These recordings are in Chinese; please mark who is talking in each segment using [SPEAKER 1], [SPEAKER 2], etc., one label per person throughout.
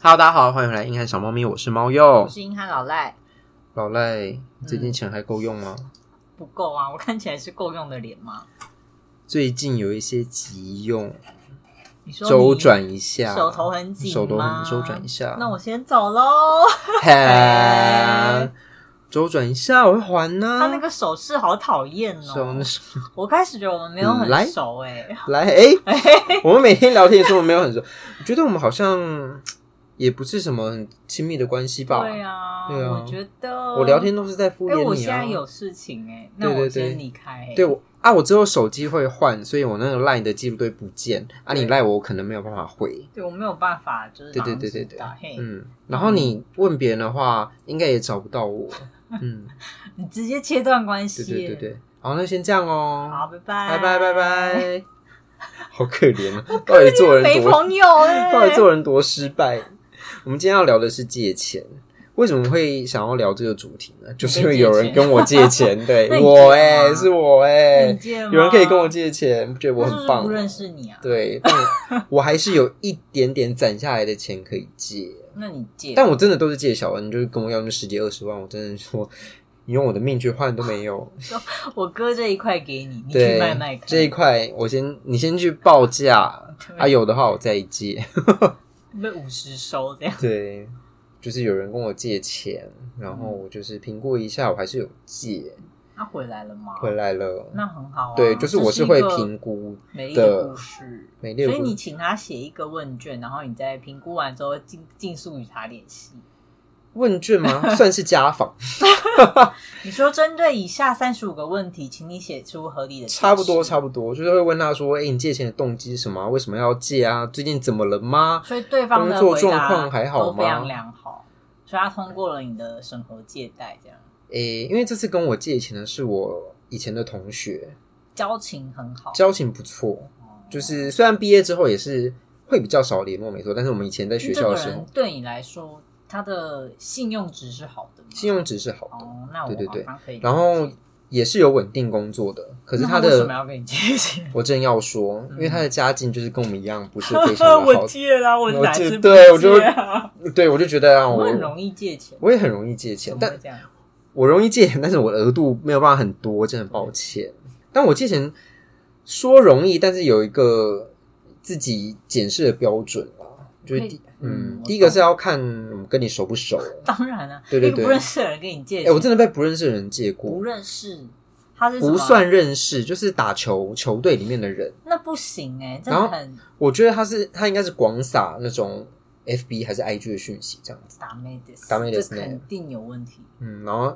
[SPEAKER 1] Hello，大家好，欢迎回来《硬汉小猫咪》，我是猫鼬
[SPEAKER 2] 我。是英汉老赖，
[SPEAKER 1] 老赖，最近钱还够用吗？
[SPEAKER 2] 嗯不够啊！ 我看起来是够用的脸吗？
[SPEAKER 1] 最近有一些急用，
[SPEAKER 2] 你说你
[SPEAKER 1] 周转一下，
[SPEAKER 2] 手头很紧吗，
[SPEAKER 1] 手头很周转一下。
[SPEAKER 2] 那我先走喽。
[SPEAKER 1] 嘿周转一下，我会还呢、
[SPEAKER 2] 他那个手势好讨厌哦！
[SPEAKER 1] 手
[SPEAKER 2] 我开始觉得我们没有
[SPEAKER 1] 嗯来
[SPEAKER 2] 很熟哎、
[SPEAKER 1] 来，哎、 我们每天聊天的时候没有很熟，我觉得我们好像也不是什么很亲密的关系吧？
[SPEAKER 2] 对啊，
[SPEAKER 1] 对啊
[SPEAKER 2] 我觉得
[SPEAKER 1] 我聊天都是在敷
[SPEAKER 2] 哎、
[SPEAKER 1] 衍
[SPEAKER 2] 我
[SPEAKER 1] 你
[SPEAKER 2] 现
[SPEAKER 1] 啊。
[SPEAKER 2] 在有事情哎、那
[SPEAKER 1] 对
[SPEAKER 2] 我
[SPEAKER 1] 对对
[SPEAKER 2] 先离开、哎
[SPEAKER 1] 对我啊，我之后手机会换，所以我那个 LINE 的记录对不见啊，你
[SPEAKER 2] 对
[SPEAKER 1] LINE 我可能没有办法回。
[SPEAKER 2] 对我没有办法，就是
[SPEAKER 1] 对对
[SPEAKER 2] 马上
[SPEAKER 1] 对对
[SPEAKER 2] 知
[SPEAKER 1] 对
[SPEAKER 2] 道，嘿，
[SPEAKER 1] 嗯，然后你问别人的话，应该也找不到我。 嗯，
[SPEAKER 2] 你直接切断关系、
[SPEAKER 1] 对
[SPEAKER 2] 哎
[SPEAKER 1] 对对对，好，那先这样
[SPEAKER 2] 好，
[SPEAKER 1] 哦，
[SPEAKER 2] 拜拜，哎
[SPEAKER 1] 拜拜拜。 拜。好可怜啊，到底做人
[SPEAKER 2] 没
[SPEAKER 1] 多
[SPEAKER 2] 朋友 哎、
[SPEAKER 1] 到底做人多失败？我们今天要聊的是借钱，为什么会想要聊这个主题呢？就是因为有人跟我借 钱，对
[SPEAKER 2] 那你借
[SPEAKER 1] 我哎、
[SPEAKER 2] 吗
[SPEAKER 1] 是我哎、
[SPEAKER 2] 你见吗
[SPEAKER 1] 有人可以跟我借钱，不觉得我很
[SPEAKER 2] 他是不是
[SPEAKER 1] 棒
[SPEAKER 2] 不
[SPEAKER 1] 吗？
[SPEAKER 2] 认识你啊？
[SPEAKER 1] 对，但我我还是有一点点攒下来的钱可以借，
[SPEAKER 2] 那你借，
[SPEAKER 1] 但我真的都是借小恩，你就是跟我要那十几二十万，我真的说你用我的命去换都没有。
[SPEAKER 2] 我割这一块给你，你去
[SPEAKER 1] 对
[SPEAKER 2] 卖卖，看。
[SPEAKER 1] 这一块我先你先去报价，啊有的话我再借。
[SPEAKER 2] 被五十收这样。
[SPEAKER 1] 对，就是有人跟我借钱，然后我就是评估一下，我还是有借
[SPEAKER 2] 他回来了吗？
[SPEAKER 1] 回来了。
[SPEAKER 2] 那很好啊。
[SPEAKER 1] 对，就是我
[SPEAKER 2] 这是
[SPEAKER 1] 是会
[SPEAKER 2] 一个
[SPEAKER 1] 评估
[SPEAKER 2] 美丽的
[SPEAKER 1] 的
[SPEAKER 2] 故，事。
[SPEAKER 1] 美丽的
[SPEAKER 2] 所以
[SPEAKER 1] 故
[SPEAKER 2] 你请他写一个问卷，然后你再评估完之后，尽尽速与他联系。
[SPEAKER 1] 问卷 吗？算是家访，
[SPEAKER 2] 你说针对以下三十五个问题，请你写出合理的解释。
[SPEAKER 1] 差不多差不多，就是会问他说：“哎、你借钱的动机是什么啊？为什么要借啊？最近怎么了吗
[SPEAKER 2] 所以对方的
[SPEAKER 1] 工作
[SPEAKER 2] 回
[SPEAKER 1] 状
[SPEAKER 2] 答
[SPEAKER 1] 况还好吗
[SPEAKER 2] 都非常良好，所以他通过了你的审核借贷，这样？”
[SPEAKER 1] 哎、因为这次跟我借钱的是我以前的同学，
[SPEAKER 2] 交情很好。
[SPEAKER 1] 交情不错。就是虽然毕业之后也是会比较少联络，没错，但是我们以前在学
[SPEAKER 2] 这
[SPEAKER 1] 校
[SPEAKER 2] 个
[SPEAKER 1] 的时候
[SPEAKER 2] 人，对你来说，他的信用值是好的吗？
[SPEAKER 1] 信用值是好的。
[SPEAKER 2] 哦，那我
[SPEAKER 1] 对对对
[SPEAKER 2] 好像可以理解。
[SPEAKER 1] 然后也是有稳定工作的，可是
[SPEAKER 2] 那
[SPEAKER 1] 他
[SPEAKER 2] 为什么
[SPEAKER 1] 的
[SPEAKER 2] 要跟你借钱？
[SPEAKER 1] 我正要说，因为他的家境就是跟我们一样，不是非常的
[SPEAKER 2] 我
[SPEAKER 1] 好。
[SPEAKER 2] 借啦，我哪
[SPEAKER 1] 我
[SPEAKER 2] 次
[SPEAKER 1] 借
[SPEAKER 2] 不
[SPEAKER 1] 对我就
[SPEAKER 2] 借啊？
[SPEAKER 1] 对，我就觉得啊，
[SPEAKER 2] 我
[SPEAKER 1] 我
[SPEAKER 2] 很容易借钱，
[SPEAKER 1] 我也很容易借钱
[SPEAKER 2] 怎，么
[SPEAKER 1] 但
[SPEAKER 2] 会这样？
[SPEAKER 1] 我容易借钱，但是我的额度没有办法很多，真的很抱歉。但我借钱说容易，但是有一个自己检视的标准啦，就是第
[SPEAKER 2] 可以嗯
[SPEAKER 1] 嗯，
[SPEAKER 2] 我
[SPEAKER 1] 第一个
[SPEAKER 2] 懂
[SPEAKER 1] 是要看我跟你熟不熟。
[SPEAKER 2] 当然啊，
[SPEAKER 1] 对对
[SPEAKER 2] 一个
[SPEAKER 1] 对
[SPEAKER 2] 不认识的人跟你借
[SPEAKER 1] 哎、
[SPEAKER 2] 钱，
[SPEAKER 1] 我真的被不认识的人借过
[SPEAKER 2] 不，认识，他是什么
[SPEAKER 1] 不，算认识，就是打球球队里面的人。
[SPEAKER 2] 那不行哎，真
[SPEAKER 1] 然
[SPEAKER 2] 的
[SPEAKER 1] 后
[SPEAKER 2] 很
[SPEAKER 1] 我觉得他是他应该是广撒那种 FB 还是 IG 的讯息这样子，
[SPEAKER 2] 打妹的，
[SPEAKER 1] 打妹的
[SPEAKER 2] 这肯定有 问题。
[SPEAKER 1] 嗯，然后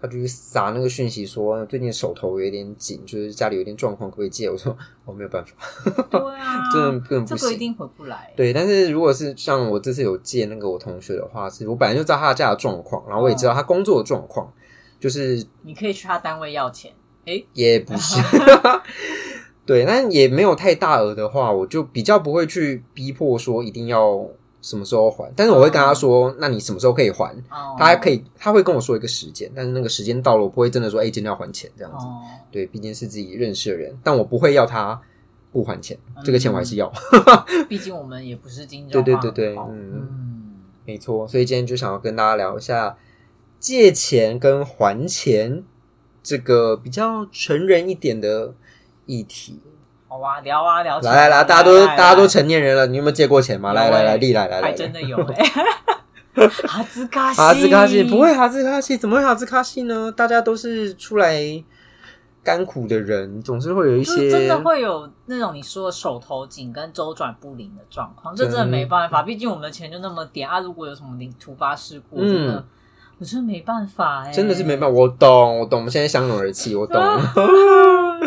[SPEAKER 1] 他就是撒那个讯息说最近手头有点紧，就是家里有点状况，可不可以借？我说我、没有办法，
[SPEAKER 2] 对啊，
[SPEAKER 1] 真的根本不
[SPEAKER 2] 这个一
[SPEAKER 1] 行。
[SPEAKER 2] 定回不来。
[SPEAKER 1] 对，但是如果是像我这次有借那个我同学的话，是我本来就知道他家的状况，然后我也知
[SPEAKER 2] 嗯
[SPEAKER 1] 道他工作的状况，就是
[SPEAKER 2] 你可以去他单位要钱，哎，
[SPEAKER 1] 也不 是，对，但也没有太大额的话，我就比较不会去逼迫说一定要什么时候还，但是我会跟
[SPEAKER 2] 嗯
[SPEAKER 1] 他说，那你什么时候可以还？
[SPEAKER 2] 哦，
[SPEAKER 1] 他还可以，他会跟我说一个时间，但是那个时间到了，我不会真的说，哎、今天要还钱这样子。
[SPEAKER 2] 哦，
[SPEAKER 1] 对，毕竟是自己认识的人，但我不会要他不还钱，
[SPEAKER 2] 嗯
[SPEAKER 1] 这个钱我还是要。
[SPEAKER 2] 毕竟我们也不是经济
[SPEAKER 1] 对对对对，嗯，
[SPEAKER 2] 嗯，
[SPEAKER 1] 没错。所以今天就想要跟大家聊一下借钱跟还钱这个比较成人一点的议题。
[SPEAKER 2] 好啊，聊啊聊起，
[SPEAKER 1] 来来来，大家都
[SPEAKER 2] 来啊欸
[SPEAKER 1] 大家都成年人了，你有没有借过钱嘛？来来来，丽来来来
[SPEAKER 2] 还，真 的有哎、哈兹卡西，
[SPEAKER 1] 哈兹卡西不会，哈兹卡西，怎么会哈兹卡西呢？大家都是出来甘苦的人，总是会有一
[SPEAKER 2] 就
[SPEAKER 1] 些
[SPEAKER 2] 是真的会有那种你说的手头紧跟周转不灵的状况，这真的
[SPEAKER 1] 真
[SPEAKER 2] 没办法，毕竟我们的钱就那么点啊。如果有什么临突发事故，
[SPEAKER 1] 嗯
[SPEAKER 2] 真的我真的没办法哎、
[SPEAKER 1] 真的是没办
[SPEAKER 2] 法，
[SPEAKER 1] 法。我懂，我懂，我们现在相容而泣，我懂。
[SPEAKER 2] 哦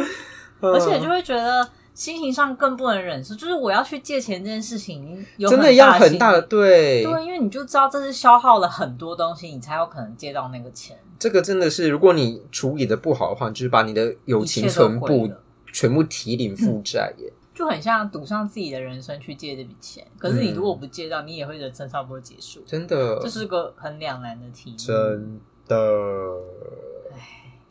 [SPEAKER 2] 而且就会觉得。心情上更不能忍受，就是我要去借钱这件事情，有
[SPEAKER 1] 真的要很
[SPEAKER 2] 心
[SPEAKER 1] 大的对，
[SPEAKER 2] 对，因为你就知道这是消耗了很多东西，你才有可能借到那个钱。
[SPEAKER 1] 这个真的是，如果你处理的不好的话，你就是把你的友
[SPEAKER 2] 一切
[SPEAKER 1] 情
[SPEAKER 2] 都
[SPEAKER 1] 全
[SPEAKER 2] 毁
[SPEAKER 1] 部
[SPEAKER 2] 了
[SPEAKER 1] 全部提领负债 耶。
[SPEAKER 2] 就很像赌上自己的人生去借这笔钱。可是你
[SPEAKER 1] 嗯
[SPEAKER 2] 如果不借到，你也会人生差不多结束。
[SPEAKER 1] 真的，
[SPEAKER 2] 这是个很两难的题目。
[SPEAKER 1] 真嗯的。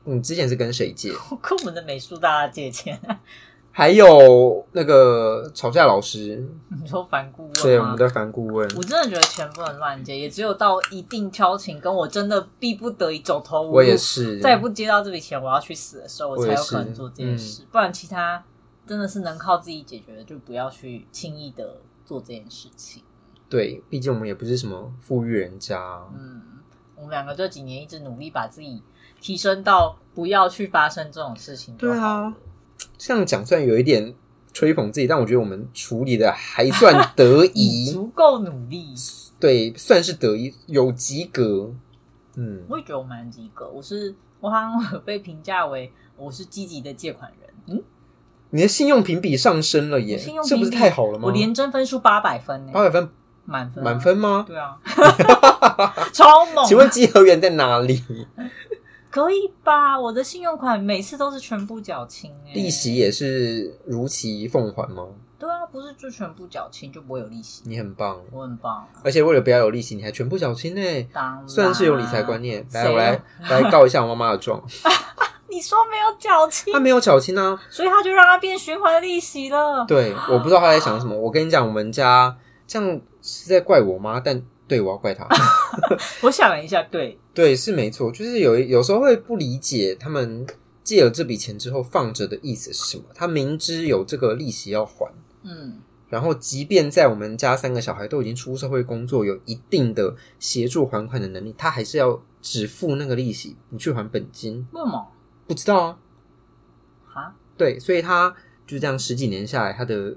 [SPEAKER 1] 你之前是跟谁借？
[SPEAKER 2] 我跟我们的美术大大借钱，
[SPEAKER 1] 还有那个吵架老师，
[SPEAKER 2] 你说反顾问吗？
[SPEAKER 1] 对我们的樊顾问，
[SPEAKER 2] 我真的觉得钱不能乱借，也只有到一定交情，跟我真的逼不得已走投无路，
[SPEAKER 1] 我也是，
[SPEAKER 2] 再也不接到这笔钱，我要去死的时候，我
[SPEAKER 1] 我
[SPEAKER 2] 才
[SPEAKER 1] 也
[SPEAKER 2] 有
[SPEAKER 1] 是嗯
[SPEAKER 2] 可能做这件事。不然，其他真的是能靠自己解决的，就不要去轻易的做这件事情。
[SPEAKER 1] 对，毕竟我们也不是什么富裕人家，
[SPEAKER 2] 嗯，我们两个这几年一直努力把自己提升到不要去发生这种事情。
[SPEAKER 1] 对，啊，这样讲虽然有一点吹捧自己，但我觉得我们处理的还算得 宜，
[SPEAKER 2] 足够努力，
[SPEAKER 1] 对，算是得宜，有及格。嗯，
[SPEAKER 2] 我也觉得我蛮及格。我是我好像有被评价为我是积极的借款人。嗯，
[SPEAKER 1] 你的信用评比上升了耶，
[SPEAKER 2] 我信用
[SPEAKER 1] 这不是
[SPEAKER 2] 评比
[SPEAKER 1] 太好了吗？
[SPEAKER 2] 我连真分数八百分呢、
[SPEAKER 1] 八百分
[SPEAKER 2] 满分啊
[SPEAKER 1] 满。分吗？
[SPEAKER 2] 对啊， 超猛！
[SPEAKER 1] 请问稽核员在哪 里？
[SPEAKER 2] 可以吧？我的信用款每次都是全部缴清、欸，
[SPEAKER 1] 利息也是如期奉还吗？
[SPEAKER 2] 对啊，不是就全部缴清就不会有利息。
[SPEAKER 1] 你很棒，
[SPEAKER 2] 我很棒、啊，
[SPEAKER 1] 而且为了不要有利息，你还全部缴清呢、
[SPEAKER 2] 当然
[SPEAKER 1] 算是有理财观念。来，
[SPEAKER 2] 谁啊
[SPEAKER 1] 我来来告一下我妈妈的状，
[SPEAKER 2] 你说没有缴清
[SPEAKER 1] 她，没有缴清啊。
[SPEAKER 2] 所以他就让它变循环利息了。
[SPEAKER 1] 对，我不知道她在想什么。我跟你讲，我们家这样是在怪我妈，但对我要怪她。
[SPEAKER 2] 我想了一下，对，
[SPEAKER 1] 对，是没错，就是有有时候会不理解他们借了这笔钱之后放着的意思是什么。他明知有这个利息要还，
[SPEAKER 2] 嗯，
[SPEAKER 1] 然后即便在我们家三个小孩都已经出社会工作，有一定的协助还款的能力，他还是要只付那个利息，不去还本金。
[SPEAKER 2] 为什么
[SPEAKER 1] 不知道啊，
[SPEAKER 2] 啊？
[SPEAKER 1] 对，所以他就这样十几年下来，他的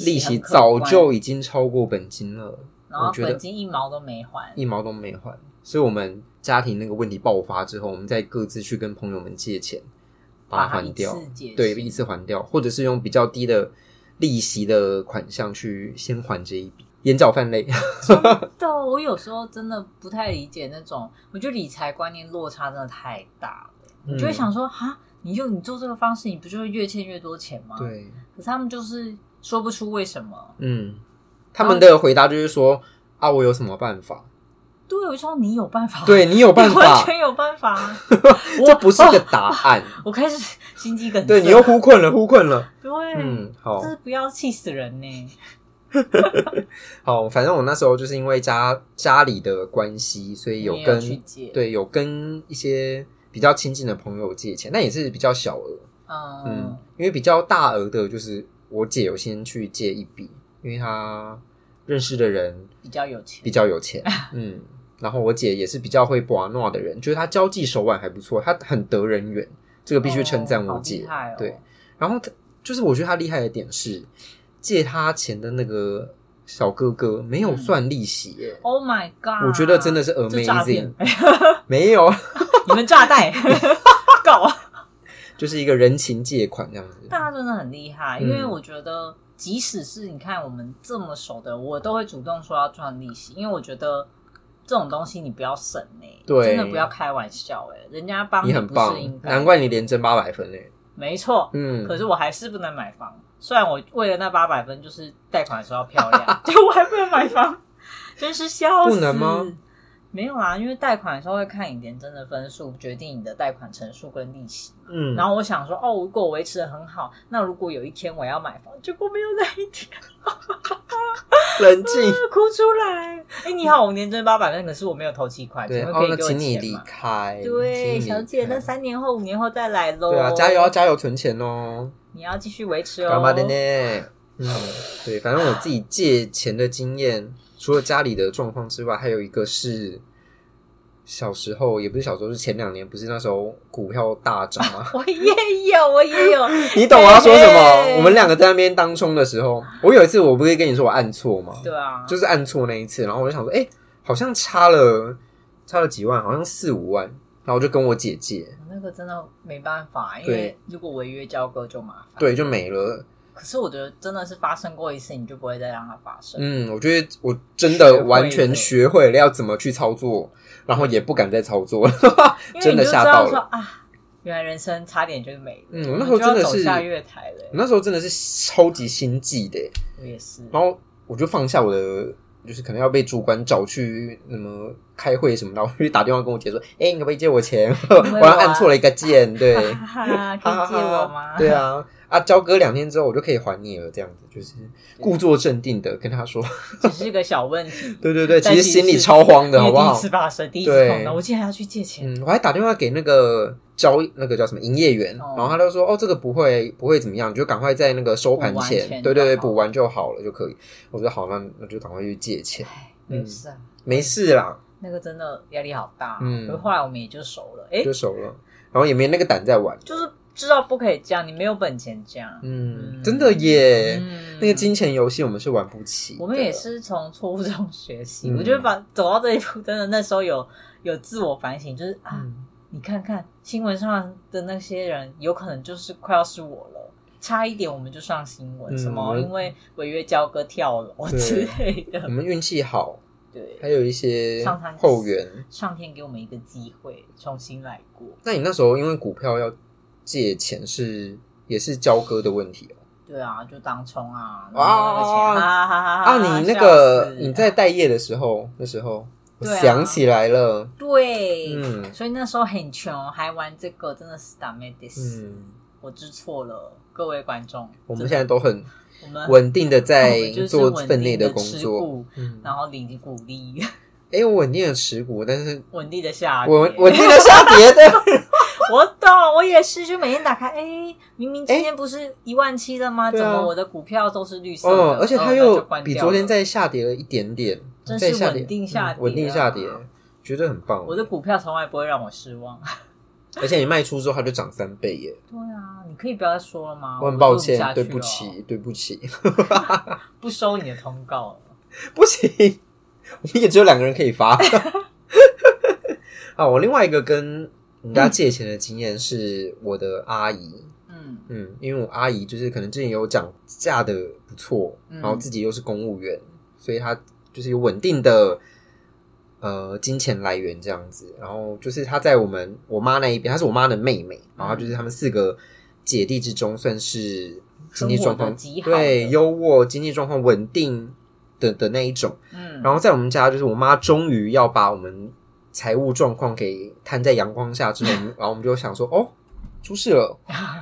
[SPEAKER 1] 利息
[SPEAKER 2] 息很可
[SPEAKER 1] 早
[SPEAKER 2] 观
[SPEAKER 1] 就已经超过本金了，
[SPEAKER 2] 然后
[SPEAKER 1] 我觉得
[SPEAKER 2] 本金一毛都没还，
[SPEAKER 1] 一毛都没还。所以我们家庭那个问题爆发之后，我们再各自去跟朋友们借钱，把它
[SPEAKER 2] 它
[SPEAKER 1] 还
[SPEAKER 2] 一
[SPEAKER 1] 掉
[SPEAKER 2] 次，解
[SPEAKER 1] 对，
[SPEAKER 2] 清
[SPEAKER 1] 一次还掉，或者是用比较低的利息的款项去先还这一笔，眼角泛泪。
[SPEAKER 2] 对，我有时候真的不太理解那种，我觉得理财观念落差真的太大了。我就
[SPEAKER 1] 嗯
[SPEAKER 2] 会想说，哈，你就你做这个方式，你不就会越欠越多钱吗？。
[SPEAKER 1] 对，
[SPEAKER 2] 可是他们就是说不出为什么。
[SPEAKER 1] 嗯，他们的回答就是说啊，我有什么办法？
[SPEAKER 2] 对，我就说你有办法，
[SPEAKER 1] 对你有办
[SPEAKER 2] 哦你完
[SPEAKER 1] 法，
[SPEAKER 2] 全哦有办法啊。
[SPEAKER 1] 这不是个答案。
[SPEAKER 2] 我开始心肌梗塞。
[SPEAKER 1] 对你又忽困了，忽困了。
[SPEAKER 2] 对，
[SPEAKER 1] 嗯，好
[SPEAKER 2] 这是不要气死人呢。
[SPEAKER 1] 好，反正我那时候就是因为家家里的关系，所以有
[SPEAKER 2] 你也
[SPEAKER 1] 跟
[SPEAKER 2] 去借，，
[SPEAKER 1] 对有跟一些比较亲近的朋友借钱，那也是比较小额。嗯
[SPEAKER 2] 嗯，，
[SPEAKER 1] 因为比较大额的，就是我姐有先去借一笔，因为她认识的人
[SPEAKER 2] 比较有钱
[SPEAKER 1] 比。较有 钱，嗯，然后我姐也是比较会把诺的人，就是她交际手腕还不错，她很得人缘，这个必须称赞
[SPEAKER 2] 哦
[SPEAKER 1] 我
[SPEAKER 2] 好
[SPEAKER 1] 姐。
[SPEAKER 2] 厉害哦
[SPEAKER 1] 对，然后她就是我觉得她厉害的点是，借她钱的那个小哥哥没有算利息耶，
[SPEAKER 2] Oh my god！
[SPEAKER 1] 我觉得真的是
[SPEAKER 2] 这诈
[SPEAKER 1] amazing，
[SPEAKER 2] 骗
[SPEAKER 1] 没有，
[SPEAKER 2] 你们 炸弹 搞。
[SPEAKER 1] 就是一个人情借款这样子。
[SPEAKER 2] 大家真的很厉害，因为
[SPEAKER 1] 嗯
[SPEAKER 2] 我觉得，即使是你看我们这么熟的，我都会主动说要赚利息，因为我觉得这种东西你不要省哎、
[SPEAKER 1] 对
[SPEAKER 2] 真的不要开玩笑哎、人家帮
[SPEAKER 1] 你很
[SPEAKER 2] 不
[SPEAKER 1] 棒
[SPEAKER 2] 是应，该，
[SPEAKER 1] 难怪你连挣八百分嘞。
[SPEAKER 2] 没错。
[SPEAKER 1] 嗯，
[SPEAKER 2] 可是我还是不能买房，虽然我为了那八百分就是贷款的时候要漂亮， 对我还不能买房，真是笑死。
[SPEAKER 1] 不能吗？
[SPEAKER 2] 没有啊，因为贷款的时候会看你连真的分数，决定你的贷款成数跟利息。
[SPEAKER 1] 嗯，
[SPEAKER 2] 然后我想说，哦，如果我维持的很好，那如果有一天我要买房，结果没有那一天，
[SPEAKER 1] 冷静。
[SPEAKER 2] 哭出来。哎，你好，我年挣八百万，可是我没有投七块，
[SPEAKER 1] 对，
[SPEAKER 2] 请问
[SPEAKER 1] 哦，
[SPEAKER 2] 可以
[SPEAKER 1] 那
[SPEAKER 2] 给我
[SPEAKER 1] 请你
[SPEAKER 2] 钱
[SPEAKER 1] 离
[SPEAKER 2] 吗？
[SPEAKER 1] 开。请
[SPEAKER 2] 对，
[SPEAKER 1] 你
[SPEAKER 2] 小
[SPEAKER 1] 离
[SPEAKER 2] 姐，
[SPEAKER 1] 开
[SPEAKER 2] 那三年后、五年后再来喽。
[SPEAKER 1] 对啊，加油啊，加油存钱哦，
[SPEAKER 2] 你要继续维持哦。？
[SPEAKER 1] 干嘛的呢？嗯，对，反正我自己借钱的经验，除了家里的状况之外，还有一个是小时候，也不是小时候，是前两年，不是那时候股票大涨吗
[SPEAKER 2] 我也有，我也有。
[SPEAKER 1] 你懂我要说什
[SPEAKER 2] 嘿
[SPEAKER 1] 么？
[SPEAKER 2] 嘿
[SPEAKER 1] 我们两个在那边当冲的时候，我有一次我不是跟你说我按错吗？
[SPEAKER 2] 对啊，
[SPEAKER 1] 就是按错那一次，然后我就想说，哎、好像差了差了几万，好像四五万，然后我就跟我姐借，
[SPEAKER 2] 那个真的没办法，因
[SPEAKER 1] 对
[SPEAKER 2] 为如果违约交割就麻烦。，
[SPEAKER 1] 对，就没了。
[SPEAKER 2] 可是我觉得真的是发生过一次，你就不会再让它发生。
[SPEAKER 1] 嗯，我觉得我真的完全
[SPEAKER 2] 学
[SPEAKER 1] 学会了要怎么去操作，然后也不敢再操作了。
[SPEAKER 2] 因为
[SPEAKER 1] 真
[SPEAKER 2] 你
[SPEAKER 1] 的
[SPEAKER 2] 就知
[SPEAKER 1] 吓
[SPEAKER 2] 道
[SPEAKER 1] 到
[SPEAKER 2] 说
[SPEAKER 1] 了。
[SPEAKER 2] 啊，原来人生差点就没了。
[SPEAKER 1] 嗯我那时候
[SPEAKER 2] 就要
[SPEAKER 1] 真的
[SPEAKER 2] 走
[SPEAKER 1] 是
[SPEAKER 2] 下月台了。
[SPEAKER 1] 我那时候真的是超级心悸的，欸
[SPEAKER 2] 我也是，
[SPEAKER 1] 然后我就放下我的，就是可能要被主管找去那么开会什么，然后就打电话跟我姐说：“哎、你可不可以借我钱？ 我
[SPEAKER 2] 为我
[SPEAKER 1] 要
[SPEAKER 2] 啊
[SPEAKER 1] 按错了一个键。”对，
[SPEAKER 2] 哈哈，可以借我吗？
[SPEAKER 1] 对啊，啊，交割两天之后我就可以还你了，这样子就是故作镇定的跟他说，，
[SPEAKER 2] 只是个小问题
[SPEAKER 1] 对对对，
[SPEAKER 2] 但
[SPEAKER 1] 其实
[SPEAKER 2] 其实
[SPEAKER 1] 心里
[SPEAKER 2] 是
[SPEAKER 1] 超慌的，
[SPEAKER 2] 因
[SPEAKER 1] 好不
[SPEAKER 2] 为第一
[SPEAKER 1] 好
[SPEAKER 2] 次？发生，第一次碰
[SPEAKER 1] 对
[SPEAKER 2] 到，我竟然要去借钱，
[SPEAKER 1] 嗯，我还打电话给那个交那个叫什么营业员，
[SPEAKER 2] 哦
[SPEAKER 1] 然后他就说哦，这个不会不会怎么样，你就赶快在那个收盘
[SPEAKER 2] 补完
[SPEAKER 1] 前，
[SPEAKER 2] 钱
[SPEAKER 1] 对对对，
[SPEAKER 2] 就好
[SPEAKER 1] 补完就好了就可以。我说好，那那就赶快去借钱，嗯
[SPEAKER 2] 没事啊，
[SPEAKER 1] 没事啦，
[SPEAKER 2] 那个真的压力好大。
[SPEAKER 1] 嗯
[SPEAKER 2] 嗯，可是后来我们也就熟了，哎
[SPEAKER 1] 就，熟了，然后也没那个胆再玩。
[SPEAKER 2] 就是知道不可以这样，你没有本钱这样。
[SPEAKER 1] 嗯，
[SPEAKER 2] 嗯
[SPEAKER 1] 真的耶，
[SPEAKER 2] 嗯
[SPEAKER 1] 那个金钱游戏我们是玩不起的，
[SPEAKER 2] 我们也是从错误中学习。
[SPEAKER 1] 嗯
[SPEAKER 2] 我觉得把走到这一步，真的那时候有有自我反省，就是啊，
[SPEAKER 1] 嗯，
[SPEAKER 2] 你看看新闻上的那些人，有可能就是快要是我了。差一点我们就上新闻，
[SPEAKER 1] 嗯
[SPEAKER 2] 什
[SPEAKER 1] 我
[SPEAKER 2] 么
[SPEAKER 1] 们
[SPEAKER 2] 因为违约交割跳楼
[SPEAKER 1] 对
[SPEAKER 2] 之类
[SPEAKER 1] 我
[SPEAKER 2] 的，
[SPEAKER 1] 们运气好，
[SPEAKER 2] 对，
[SPEAKER 1] 还有一些
[SPEAKER 2] 上山
[SPEAKER 1] 后援。
[SPEAKER 2] 上天给我们一个机会，重新来过。
[SPEAKER 1] 那你那时候因为股票要借钱是也是交割的问题哦
[SPEAKER 2] 对啊，就当冲啊，
[SPEAKER 1] 哇
[SPEAKER 2] 然后那个钱哈哈哈哈
[SPEAKER 1] 啊！
[SPEAKER 2] 哈
[SPEAKER 1] 你那
[SPEAKER 2] 笑
[SPEAKER 1] 个
[SPEAKER 2] 死
[SPEAKER 1] 你在待业的时候，那时候我
[SPEAKER 2] 对啊
[SPEAKER 1] 想起来了，
[SPEAKER 2] 对，
[SPEAKER 1] 嗯
[SPEAKER 2] 所以那时候很穷，还玩这个，真的是打 m e d i s
[SPEAKER 1] 嗯，
[SPEAKER 2] 我知错了，各位观众，
[SPEAKER 1] 我们
[SPEAKER 2] 真
[SPEAKER 1] 现在都很
[SPEAKER 2] 的我们
[SPEAKER 1] 稳定的在
[SPEAKER 2] 我们就是
[SPEAKER 1] 做
[SPEAKER 2] 稳定
[SPEAKER 1] 分内
[SPEAKER 2] 的
[SPEAKER 1] 工
[SPEAKER 2] 持
[SPEAKER 1] 作。
[SPEAKER 2] 股
[SPEAKER 1] 嗯，
[SPEAKER 2] 然后领股利，
[SPEAKER 1] 哎，我稳定的持股，但是
[SPEAKER 2] 稳定的下跌。
[SPEAKER 1] 我
[SPEAKER 2] 我
[SPEAKER 1] 稳 定的下跌的，
[SPEAKER 2] 我懂，我也是，就每天打开，哎，明明今天不是一万七了吗？
[SPEAKER 1] 对
[SPEAKER 2] 怎
[SPEAKER 1] 啊
[SPEAKER 2] 么我的股票都是绿色
[SPEAKER 1] 哦
[SPEAKER 2] 的？，
[SPEAKER 1] 而且它
[SPEAKER 2] 嗯
[SPEAKER 1] 又
[SPEAKER 2] 那就关
[SPEAKER 1] 比
[SPEAKER 2] 掉
[SPEAKER 1] 昨天
[SPEAKER 2] 了
[SPEAKER 1] 再下跌了一点点，
[SPEAKER 2] 真
[SPEAKER 1] 再
[SPEAKER 2] 是
[SPEAKER 1] 下跌，
[SPEAKER 2] 稳定下
[SPEAKER 1] 嗯
[SPEAKER 2] 跌
[SPEAKER 1] 稳定
[SPEAKER 2] 啊
[SPEAKER 1] 下跌，觉得很棒。
[SPEAKER 2] 我的股票从来不会让我失望。
[SPEAKER 1] 而且你卖出之后，它就涨三倍耶！
[SPEAKER 2] 对啊，你可以不要再说了吗？
[SPEAKER 1] 我很
[SPEAKER 2] 录
[SPEAKER 1] 抱
[SPEAKER 2] 不
[SPEAKER 1] 歉
[SPEAKER 2] 下，去
[SPEAKER 1] 对不
[SPEAKER 2] 了，
[SPEAKER 1] 起，对不起，
[SPEAKER 2] 不收你的通告了。
[SPEAKER 1] 不行，我们也只有两个人可以发。 啊，我另外一个跟人家借钱的经验是我的阿姨，
[SPEAKER 2] 嗯
[SPEAKER 1] 嗯，因为我阿姨就是可能之前有讲嫁的不错，
[SPEAKER 2] 嗯
[SPEAKER 1] 然后自己又是公务员，所以她就是有稳定的呃金钱来源这样子。然后就是她在我们我妈那一边，她是我妈的妹
[SPEAKER 2] 嗯
[SPEAKER 1] 妹，然后就是他们四个姐弟之中算是经济状况
[SPEAKER 2] 生活的极好的
[SPEAKER 1] 对优渥，经济状况稳定的的那一种。
[SPEAKER 2] 嗯，
[SPEAKER 1] 然后在我们家，就是我妈终于要把我们财务状况给摊在阳光下之后，我们然后我们就想说，哦，出事了，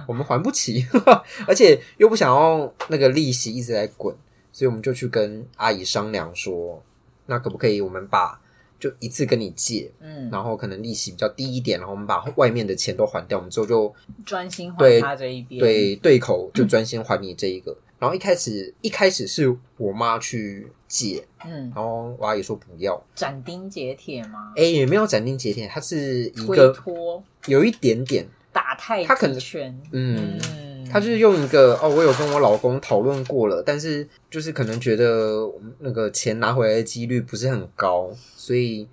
[SPEAKER 1] 我们还不起， 而且又不想要那个利息一直在滚，所以我们就去跟阿姨商量说，那可不可以我们把就一次跟你借，
[SPEAKER 2] 嗯，
[SPEAKER 1] 然后可能利息比较低一点，然后我们把外面的钱都还掉，我们之后就
[SPEAKER 2] 专心
[SPEAKER 1] 对
[SPEAKER 2] 还他这一边。，
[SPEAKER 1] 对对口就专心还你这一个。然后一开始一开始是我妈去借，
[SPEAKER 2] 嗯，
[SPEAKER 1] 然后我阿姨说不要。
[SPEAKER 2] 斩钉截铁吗？
[SPEAKER 1] 哎、也没有斩钉截铁，它是一
[SPEAKER 2] 推
[SPEAKER 1] 个
[SPEAKER 2] 脱、
[SPEAKER 1] 有一点点，
[SPEAKER 2] 打太
[SPEAKER 1] 他可能
[SPEAKER 2] 极拳，
[SPEAKER 1] 嗯，
[SPEAKER 2] 嗯
[SPEAKER 1] 它就是用一个哦，我有跟我老公讨论过了，但是就是可能觉得那个钱拿回来的几率不是很高，所以，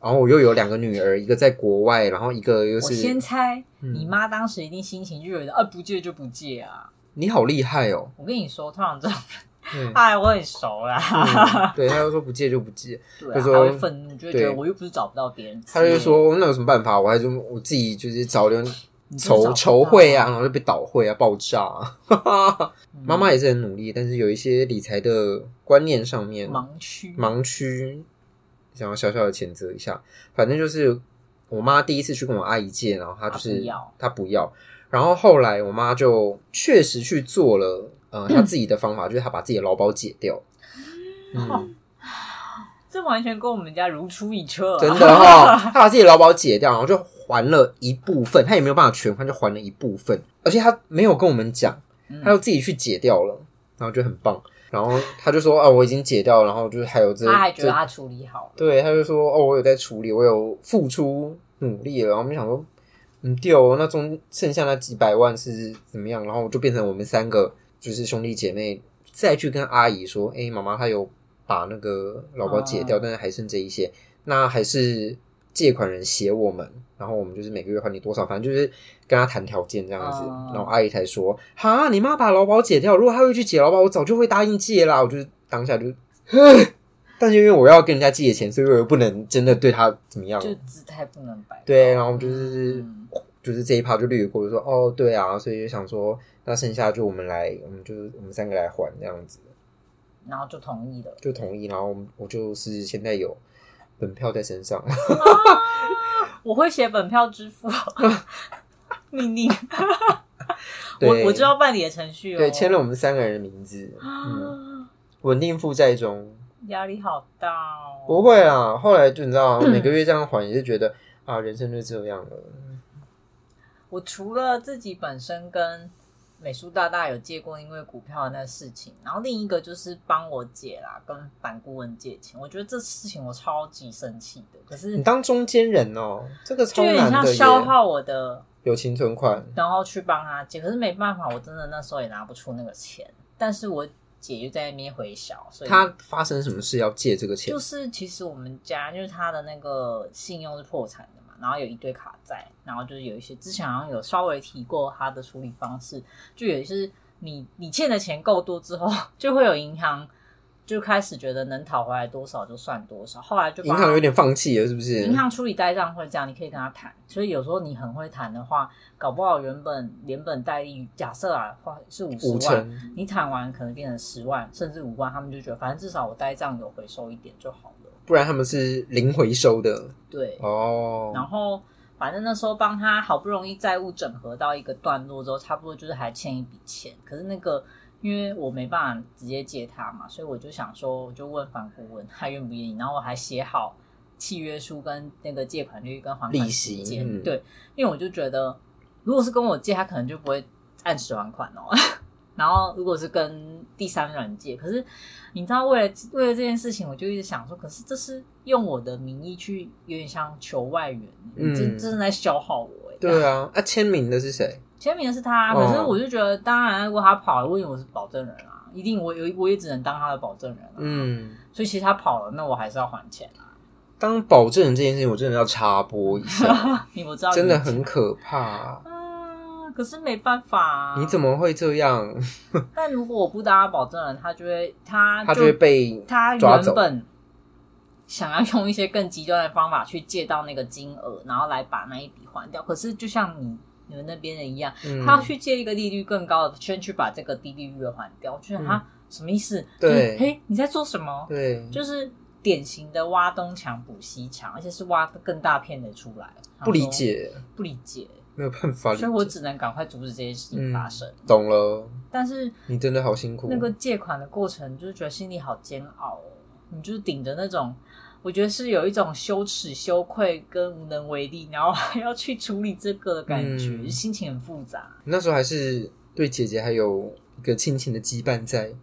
[SPEAKER 1] 然后我又有两个女儿，一个在国外，然后一个又
[SPEAKER 2] 我先
[SPEAKER 1] 是
[SPEAKER 2] 猜，
[SPEAKER 1] 嗯
[SPEAKER 2] 你妈当时一定心情热的，啊，不借就不借啊！
[SPEAKER 1] 你好厉害 哦，
[SPEAKER 2] 我跟你说，通常这种，
[SPEAKER 1] 嗯
[SPEAKER 2] 哎，我很熟啦，
[SPEAKER 1] 嗯对，他就说不借就不借，
[SPEAKER 2] 对
[SPEAKER 1] 就
[SPEAKER 2] 啊，还
[SPEAKER 1] 说
[SPEAKER 2] 会愤怒，就会觉
[SPEAKER 1] 对
[SPEAKER 2] 得我又不是找不到别人，
[SPEAKER 1] 他就，
[SPEAKER 2] 嗯
[SPEAKER 1] 说哦那有什么办法，我还就我自己就是找点
[SPEAKER 2] 你就是找
[SPEAKER 1] 筹
[SPEAKER 2] 不
[SPEAKER 1] 筹
[SPEAKER 2] 到
[SPEAKER 1] 会啊，然后就被倒会啊，爆炸、 啊，
[SPEAKER 2] 嗯
[SPEAKER 1] 妈妈也是很努力，但是有一些理财的观念上面
[SPEAKER 2] 盲区，
[SPEAKER 1] 盲区，想要小小的谴责一下。反正就是我妈第一次去跟我阿姨借，然后她就是
[SPEAKER 2] 她不要
[SPEAKER 1] 她不要，然后后来我妈就确实去做了，呃，她自己的方法就是她把自己的劳保解掉。嗯，
[SPEAKER 2] 这完全跟我们家如出一辙啊，
[SPEAKER 1] 真的 哈、她把自己的劳保解掉，然后就还了一部分，她也没有办法全还，就还了一部分，而且她没有跟我们讲，
[SPEAKER 2] 嗯
[SPEAKER 1] 她就自己去解掉了，然后就很棒。然后她就说：“啊，我已经解掉了，然后就是还有这，
[SPEAKER 2] 他还觉
[SPEAKER 1] 这
[SPEAKER 2] 得他处理好了，
[SPEAKER 1] 对，他就说哦，我有在处理，我有付出努力了。然后我们想说，嗯，对哦，那中剩下那几百万是怎么样？然后就变成我们三个就是兄弟姐妹再去跟阿姨说，哎，妈妈她有把那个老包解掉，但是还剩这一些，那还是借款人写我们，然后我们就是每个月还你多少，反正就是跟他谈条件这样子。
[SPEAKER 2] 哦
[SPEAKER 1] 然后阿姨才说，哈，你妈把劳保解掉，如果她会去解劳保，我早就会答应借啦。我就是当下就。但是因为我要跟人家借钱，所以我又不能真的对他怎么样。
[SPEAKER 2] 就姿态不能摆，
[SPEAKER 1] 对，然后就是、
[SPEAKER 2] 嗯
[SPEAKER 1] 就是这一趴就略过，就说哦，对啊，所以就想说，那剩下就我们来，我们就是我们三个来还这样子，
[SPEAKER 2] 然后就同意了，
[SPEAKER 1] 就同意。然后我们我就是现在有本票在身 上，
[SPEAKER 2] 我会写本票支付命令，
[SPEAKER 1] 对
[SPEAKER 2] 我我知道办理的程序哦。啊
[SPEAKER 1] 对，签了我们三个人的名字，嗯稳定负债中。
[SPEAKER 2] 压力好大哦。
[SPEAKER 1] 不会啊，后来就你知 道，每个月这样还，也是觉得啊，人生就这样了。
[SPEAKER 2] 我除了自己本身跟美术大大有借过因为股票的那事情，然后另一个就是帮我姐啦，跟反顾问借钱。我觉得这事情我超级生气的，可是
[SPEAKER 1] 你当中间人哦，这个
[SPEAKER 2] 就
[SPEAKER 1] 超
[SPEAKER 2] 有点
[SPEAKER 1] 难
[SPEAKER 2] 像
[SPEAKER 1] 的
[SPEAKER 2] 消
[SPEAKER 1] 耶。
[SPEAKER 2] 耗我的，
[SPEAKER 1] 友情存款，
[SPEAKER 2] 然后去帮她借。可是没办法，我真的那时候也拿不出那个钱，但是我姐又在那边回小，所以
[SPEAKER 1] 他发生什么事要借这个钱
[SPEAKER 2] 就？是其实我们家就是他的那个信用是破产的嘛，然后有一堆卡债，然后就是有一些之前好像有稍微提过他的处理方式，就有一些是你你欠的钱够多之后， 就会有银行就开始觉得能讨回来多少就算多少，后来就把
[SPEAKER 1] 银行有点放弃了，是不是？
[SPEAKER 2] 银行处理呆账会这样，你可以跟他谈。所以有时候你很会谈的话，搞不好原本连本带利，假设啊，话是五
[SPEAKER 1] 五
[SPEAKER 2] 十万，
[SPEAKER 1] 成，
[SPEAKER 2] 你谈完可能变成十万甚至五万，他们就觉得反正至少我呆账有回收一点就好了。
[SPEAKER 1] 不然他们是零回收的
[SPEAKER 2] 对，然
[SPEAKER 1] 哦。
[SPEAKER 2] 后反正那时候帮他好不容易债务整合到一个段落之后，差不多就是还欠一笔钱，可是那个。因为我没办法直接借他嘛，所以我就想说，我就问反顾问他愿不愿意，然后我还写好契约书跟那个借款率跟还款
[SPEAKER 1] 利息
[SPEAKER 2] 时间。
[SPEAKER 1] 嗯
[SPEAKER 2] 对，因为我就觉得，如果是跟我借，他可能就不会按时还款哦。然后如果是跟第三人借，可是你知道，为了为了这件事情，我就一直想说，可是这是用我的名义去，有点像求外援，
[SPEAKER 1] 嗯
[SPEAKER 2] 你这真的在消耗我、欸。
[SPEAKER 1] 对啊，啊，签名的是谁？
[SPEAKER 2] 签名的是他，
[SPEAKER 1] 哦
[SPEAKER 2] 可是我就觉得，当然如果他跑了，我以为我是保证人啊，一定我有我也只能当他的保证人、啊。，
[SPEAKER 1] 嗯，
[SPEAKER 2] 所以其实他跑了，那我还是要还钱啊。
[SPEAKER 1] 当保证人这件事情，我真的要插播一下，
[SPEAKER 2] 你我知道
[SPEAKER 1] 真的
[SPEAKER 2] 你
[SPEAKER 1] 很可怕。
[SPEAKER 2] 啊，可是没办法、啊。
[SPEAKER 1] 你怎？么会这样？
[SPEAKER 2] 但如果我不当他保证人，他就会他
[SPEAKER 1] 他就会被
[SPEAKER 2] 他
[SPEAKER 1] 抓
[SPEAKER 2] 原
[SPEAKER 1] 走
[SPEAKER 2] 本想要用一些更极端的方法去借到那个金额，然后来把那一笔还掉。可是就像你你们那边的一样，
[SPEAKER 1] 嗯
[SPEAKER 2] 他要去借一个利率更高的，先去把这个低利率的还掉。我觉得
[SPEAKER 1] 嗯
[SPEAKER 2] 他、什么意思？
[SPEAKER 1] 对
[SPEAKER 2] 就是嘿，你在做什么？
[SPEAKER 1] 对，
[SPEAKER 2] 就是典型的挖东墙补西墙，而且是挖更大片的出来。
[SPEAKER 1] 不理，解，
[SPEAKER 2] 不理解，
[SPEAKER 1] 没有办法理解。嗯
[SPEAKER 2] 所以我只能赶快阻止这件事情发生。
[SPEAKER 1] 懂了，
[SPEAKER 2] 但是
[SPEAKER 1] 你真的好辛苦。
[SPEAKER 2] 那个借款的过程，就是觉得心里好煎熬哦。你就是顶着那种，我觉得是有一种羞耻、羞愧跟无能为力，然后还要去处理这个的感觉，
[SPEAKER 1] 嗯
[SPEAKER 2] 心情很复杂。
[SPEAKER 1] 那时候还是对姐姐还有一个亲情的羁绊在，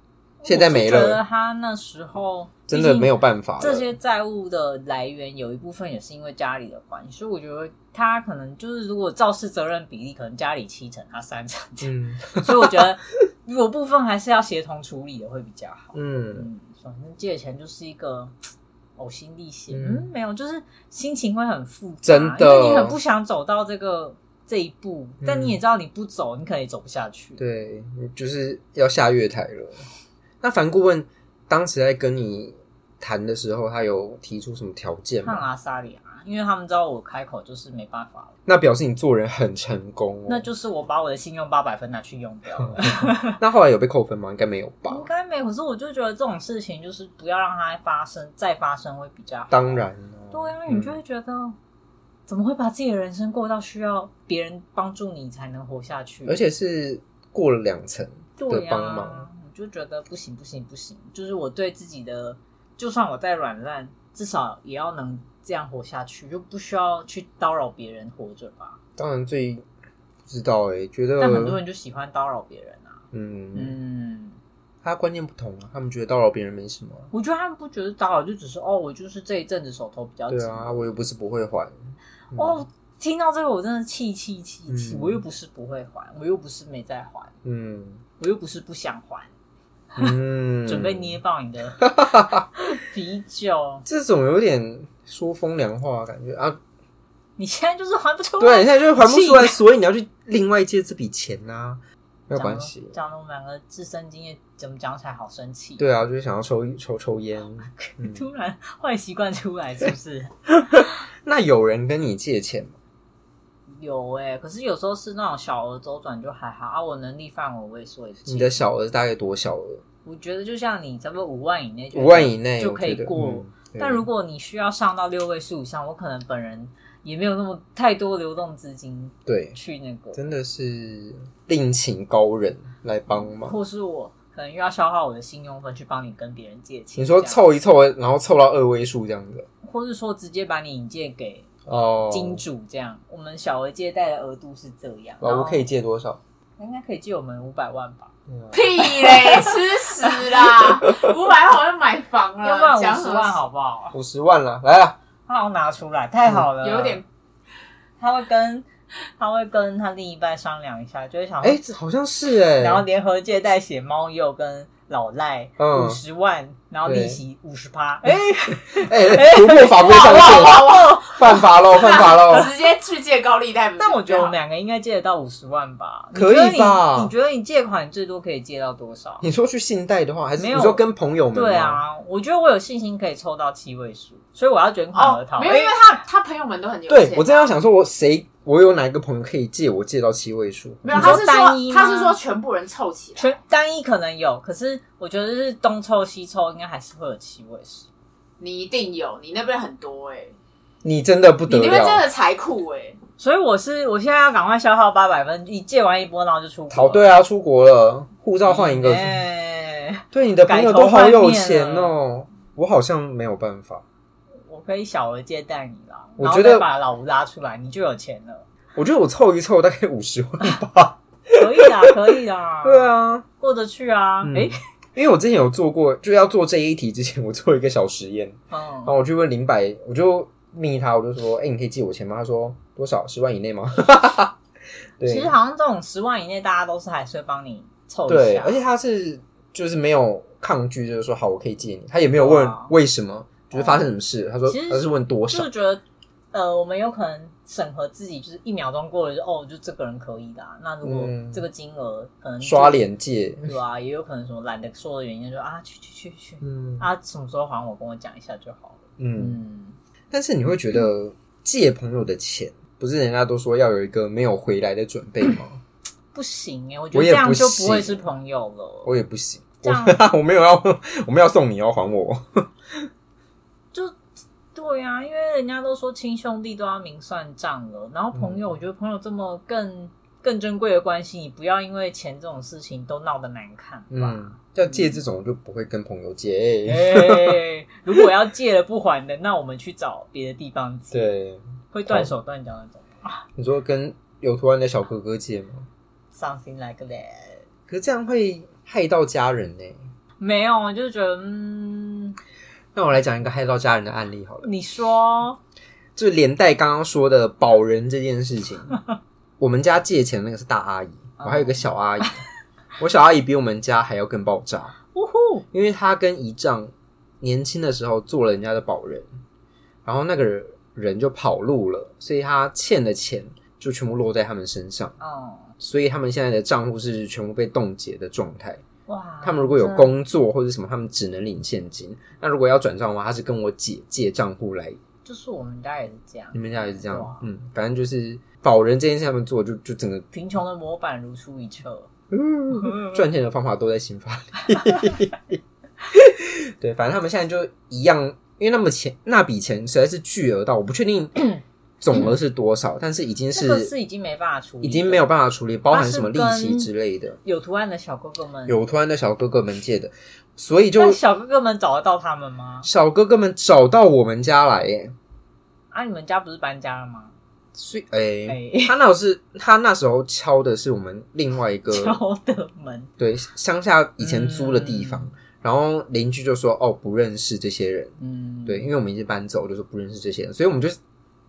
[SPEAKER 1] 现在没
[SPEAKER 2] 我是觉得
[SPEAKER 1] 了，
[SPEAKER 2] 他那时候
[SPEAKER 1] 真的没
[SPEAKER 2] 有
[SPEAKER 1] 有办法了。
[SPEAKER 2] 这些债务的来源，有一部分也是因为家里的关系，所以我觉得他可能就是如果肇事责任比例，可能家里七成，他三成，
[SPEAKER 1] 嗯
[SPEAKER 2] 所以我觉得 有部分还是要协同处理的会比较好。
[SPEAKER 1] 嗯，
[SPEAKER 2] 嗯，反正借钱就是一个呕心沥血，
[SPEAKER 1] 嗯
[SPEAKER 2] 嗯，没有，就是心情会很复杂，
[SPEAKER 1] 真的
[SPEAKER 2] 因为你很不想走到这个这一步，
[SPEAKER 1] 嗯
[SPEAKER 2] 但你也知道你不走，你可能也走不下去。，
[SPEAKER 1] 对，就是要下月台了。那樊顾问当时在跟你谈的时候，他有提出什么条件
[SPEAKER 2] 看
[SPEAKER 1] 吗？
[SPEAKER 2] 阿萨里啊，因为他们知道我开口就是没办法了，
[SPEAKER 1] 那表示你做人很成功哦。
[SPEAKER 2] 那就是我把我的信用八百分拿去用 掉了，
[SPEAKER 1] 那后来有被扣分吗？应该没有吧
[SPEAKER 2] 应。该没有。可是我就觉得这种事情就是不要让它发生，再发生会比较好。
[SPEAKER 1] 当然嗯哦
[SPEAKER 2] 对啊，你就会觉得。怎么会把自己的人生过到需要别人帮助你才能活下去？
[SPEAKER 1] 嗯而且是过了两层
[SPEAKER 2] 对啊
[SPEAKER 1] 的
[SPEAKER 2] 呀，
[SPEAKER 1] 帮忙。
[SPEAKER 2] 我就觉得不行不行不行，就是我对自己的，就算我再软烂，至少也要能这样活下去，就不需要去叨扰别人活着吧。
[SPEAKER 1] 当然最不知道哎、觉得
[SPEAKER 2] 但很多人就喜欢叨扰别人啊。
[SPEAKER 1] 嗯，
[SPEAKER 2] 嗯，
[SPEAKER 1] 他观念不同啊，他们觉得叨扰别人没什么啊。
[SPEAKER 2] 我觉得他们不觉得叨扰，就只是哦，我就是这一阵子手头比较紧。
[SPEAKER 1] 对啊，我又不是不会还。嗯
[SPEAKER 2] 哦，听到这个我真的气气气气，
[SPEAKER 1] 嗯
[SPEAKER 2] 我又不是不会还，我又不是没在还，
[SPEAKER 1] 嗯
[SPEAKER 2] 我又不是不想还，
[SPEAKER 1] 嗯，
[SPEAKER 2] 准备捏爆你的 啤酒。
[SPEAKER 1] 这种有点说风凉话的感觉啊。
[SPEAKER 2] 你现在就是还不出来。
[SPEAKER 1] 对，你现在就是还不出来，所以你要去另外借这笔钱呐、没有关系。
[SPEAKER 2] 讲了我们两个自身经验，怎么讲起来好生气？，
[SPEAKER 1] 对啊，就是想要抽抽抽烟。嗯
[SPEAKER 2] 突然坏习惯出来是不是？
[SPEAKER 1] 那有人跟你借钱吗？
[SPEAKER 2] 有哎、可是有时候是那种小额周转就还好啊，我能力范围我也说一
[SPEAKER 1] 你
[SPEAKER 2] 次。
[SPEAKER 1] 的小额大概多小额？
[SPEAKER 2] 我觉得就像你差不多五万以内就，
[SPEAKER 1] 五万以内
[SPEAKER 2] 就可以
[SPEAKER 1] 我觉得
[SPEAKER 2] 过。
[SPEAKER 1] 嗯对
[SPEAKER 2] 但如果你需要上到六位数以上，我可能本人也没有那么太多流动资金
[SPEAKER 1] 对，
[SPEAKER 2] 去那个，
[SPEAKER 1] 真的是另请高人来帮忙。
[SPEAKER 2] 或是我可能又要消耗我的信用分去帮你跟别人借钱。
[SPEAKER 1] 你说
[SPEAKER 2] 这样，
[SPEAKER 1] 凑一凑，然后凑到二位数这样子
[SPEAKER 2] 或是说直接把你引借给
[SPEAKER 1] 哦，
[SPEAKER 2] 金主这样，我们小额借贷的额度是这样，
[SPEAKER 1] 老哦吴可以
[SPEAKER 2] 然
[SPEAKER 1] 借多少？
[SPEAKER 2] 后应该可以借我们五百万吧。
[SPEAKER 1] 嗯啊
[SPEAKER 3] 屁嘞，吃屎 啦！五百好像买房了，
[SPEAKER 2] 要不然
[SPEAKER 3] 讲
[SPEAKER 2] 五
[SPEAKER 3] 什
[SPEAKER 2] 十
[SPEAKER 3] 么
[SPEAKER 2] 万啊好不好？
[SPEAKER 1] 五十万啦，来啦，
[SPEAKER 2] 他好像拿出来，太好了，
[SPEAKER 3] 有点
[SPEAKER 2] 嗯他会跟他会跟他另一半商量一下，就会想，
[SPEAKER 1] 哎、这好像是哎、
[SPEAKER 2] 然后联合借贷写猫鼬跟老赖
[SPEAKER 1] 嗯
[SPEAKER 2] 五十万，然后利息五十趴，哎，啊
[SPEAKER 1] 哎、突破法规上限，犯法喽，犯法喽！
[SPEAKER 3] 直接去借高利贷不是比较
[SPEAKER 2] 但
[SPEAKER 3] 好。
[SPEAKER 2] 我觉得我们两个应该借得到五十万吧？
[SPEAKER 1] 可以吧
[SPEAKER 2] 你觉得你你觉得你借款最多可以借到多少？
[SPEAKER 1] 你说去信贷的话，还是
[SPEAKER 2] 没
[SPEAKER 1] 你
[SPEAKER 2] 有
[SPEAKER 1] 说跟朋友们？
[SPEAKER 2] 对，啊，我觉得我有信心可以抽到七位数，所以我要卷款而
[SPEAKER 3] 哦
[SPEAKER 2] 逃。，
[SPEAKER 3] 没有，因为他他朋友们都很有钱。
[SPEAKER 1] 对我正要想说我，谁，我有哪一个朋友可以借我借到七位数？
[SPEAKER 3] 没有，
[SPEAKER 2] 你说
[SPEAKER 3] 他是
[SPEAKER 2] 单一
[SPEAKER 3] 说
[SPEAKER 2] 吗
[SPEAKER 3] 他是说全部人凑起来，
[SPEAKER 2] 全单一可能有，可是我觉得就是东抽西抽，应该还是会有七位数。
[SPEAKER 3] 你一定有，你那边很多哎，
[SPEAKER 1] 你真的不
[SPEAKER 3] 你
[SPEAKER 1] 得
[SPEAKER 3] 那边真
[SPEAKER 1] 了，
[SPEAKER 3] 的财库哎，
[SPEAKER 2] 所以我是我现在要赶快消耗八百分，一借完一波，然后就出国
[SPEAKER 1] 好
[SPEAKER 2] 了。
[SPEAKER 1] 对啊，出国了，护照换一个，
[SPEAKER 2] 哎
[SPEAKER 1] 对你的朋友
[SPEAKER 2] 改头
[SPEAKER 1] 都好有
[SPEAKER 2] 换面
[SPEAKER 1] 钱哦。我好像没有办法，
[SPEAKER 2] 我可以小额借贷你啦，
[SPEAKER 1] 我
[SPEAKER 2] 然后
[SPEAKER 1] 觉得
[SPEAKER 2] 再把老吴拉出来，你就有钱了。
[SPEAKER 1] 我觉得我凑一凑大概五十万吧。
[SPEAKER 2] 可以 啦，可以啦，
[SPEAKER 1] 对，啊，
[SPEAKER 2] 过得去啊。
[SPEAKER 1] 嗯
[SPEAKER 2] 哎、
[SPEAKER 1] 因为我之前有做过，就要做这一题之前，我做一个小实验，
[SPEAKER 2] 嗯
[SPEAKER 1] 然，后我去问林百，我就密他，我就说：“哎、你可以借我钱吗？”他说：“多少？十万以内吗？” 对，
[SPEAKER 2] 其实好像啊这种十万以内，大家都是还是会帮你凑一
[SPEAKER 1] 对，
[SPEAKER 2] 下。
[SPEAKER 1] 而且他是就是没有抗拒，就是说好，我可以借你。他也没有问
[SPEAKER 2] 哇
[SPEAKER 1] 为什么，就是发生什么事。他说
[SPEAKER 2] 其实
[SPEAKER 1] 他是问多
[SPEAKER 2] 就
[SPEAKER 1] 少
[SPEAKER 2] 是，觉得，呃，我们有可能审核自己，就是一秒钟过了就，哦，就这个人可以的啊。那如果
[SPEAKER 1] 嗯
[SPEAKER 2] 这个金额可能就
[SPEAKER 1] 刷，脸借，
[SPEAKER 2] 对啊，也有可能什么懒得说的原因，就说啊，去去去去，
[SPEAKER 1] 嗯
[SPEAKER 2] 啊，什么时候还我，跟我讲一下就好了。
[SPEAKER 1] 嗯。
[SPEAKER 2] 嗯，
[SPEAKER 1] 但是你会觉得借朋友的钱，不是人家都说要有一个没有回来的准备吗？
[SPEAKER 2] 不行哎、我觉得
[SPEAKER 1] 我
[SPEAKER 2] 这
[SPEAKER 1] 也
[SPEAKER 2] 样
[SPEAKER 1] 不
[SPEAKER 2] 就不会
[SPEAKER 1] 行
[SPEAKER 2] 是朋友了。
[SPEAKER 1] 我也不行，
[SPEAKER 2] 这样
[SPEAKER 1] 我 我没有要，我没有要送你，要还我。
[SPEAKER 2] 就对呀、因为人家都说亲兄弟都要明算账了，然后朋友，
[SPEAKER 1] 嗯
[SPEAKER 2] 我觉得朋友这么更更珍贵的关系，你不要因为钱这种事情都闹得难看吧。
[SPEAKER 1] 嗯，要借这种我就不会跟朋友借。
[SPEAKER 2] 哎、如果要借了不还的，那我们去找别的地方借，
[SPEAKER 1] 对，
[SPEAKER 2] 会断手断脚那种。
[SPEAKER 1] 你说跟有图案的小哥哥借吗？
[SPEAKER 2] Something like that，
[SPEAKER 1] 可是这样会害到家人呢、
[SPEAKER 2] 没有，我就觉得，嗯，
[SPEAKER 1] 那我来讲一个害到家人的案例好了，
[SPEAKER 2] 你说，
[SPEAKER 1] 就连带刚刚说的保人这件事情。我们家借钱的那个是大阿姨，我还有一个小阿姨，我小阿姨比我们家还要更爆炸，
[SPEAKER 2] 呜呼，
[SPEAKER 1] 因为她跟姨丈年轻的时候做了人家的保人，然后那个人就跑路了，所以她欠的钱就全部落在他们身上，
[SPEAKER 2] 哦，
[SPEAKER 1] 所以他们现在的账户是全部被冻结的状态。
[SPEAKER 2] 哇，
[SPEAKER 1] 他们如果有
[SPEAKER 2] 真的
[SPEAKER 1] 工作或者什么，他们只能领现金。那如果要转账的话，他是跟我姐借账户来。
[SPEAKER 2] 就是我们家也是这样
[SPEAKER 1] 你，们家也是这
[SPEAKER 2] 对
[SPEAKER 1] 样
[SPEAKER 2] 啊，
[SPEAKER 1] 嗯，反正就是保人这件事，他们做就就整个呃
[SPEAKER 2] 贫穷的模板如出一辙。
[SPEAKER 1] 赚钱的方法都在刑法里。 对，反正他们现在就一样，因为那么钱那笔钱实在是巨额到我不确 定总额是多少，但是已经
[SPEAKER 2] 那个
[SPEAKER 1] 是
[SPEAKER 2] 是已经没办法处理的，
[SPEAKER 1] 已经没有办法处理，包含
[SPEAKER 2] 它是
[SPEAKER 1] 什么利息
[SPEAKER 2] 跟
[SPEAKER 1] 之类的。
[SPEAKER 2] 有图案的小哥哥们，
[SPEAKER 1] 有突然的小哥哥们借的，所以就
[SPEAKER 2] 但小哥哥们找得到他们吗？
[SPEAKER 1] 小哥哥们找到我们家来哎耶。
[SPEAKER 2] 啊，你们家不是搬家了吗？
[SPEAKER 1] 所以，诶、
[SPEAKER 2] 哎
[SPEAKER 1] 他那是他那时候敲的是我们另外一个
[SPEAKER 2] 敲的门，
[SPEAKER 1] 对乡下以前租的地方，然后邻居就说哦不认识这些人，
[SPEAKER 2] 嗯，
[SPEAKER 1] 对，因为我们已经搬走，就说不认识这些人，所以我们就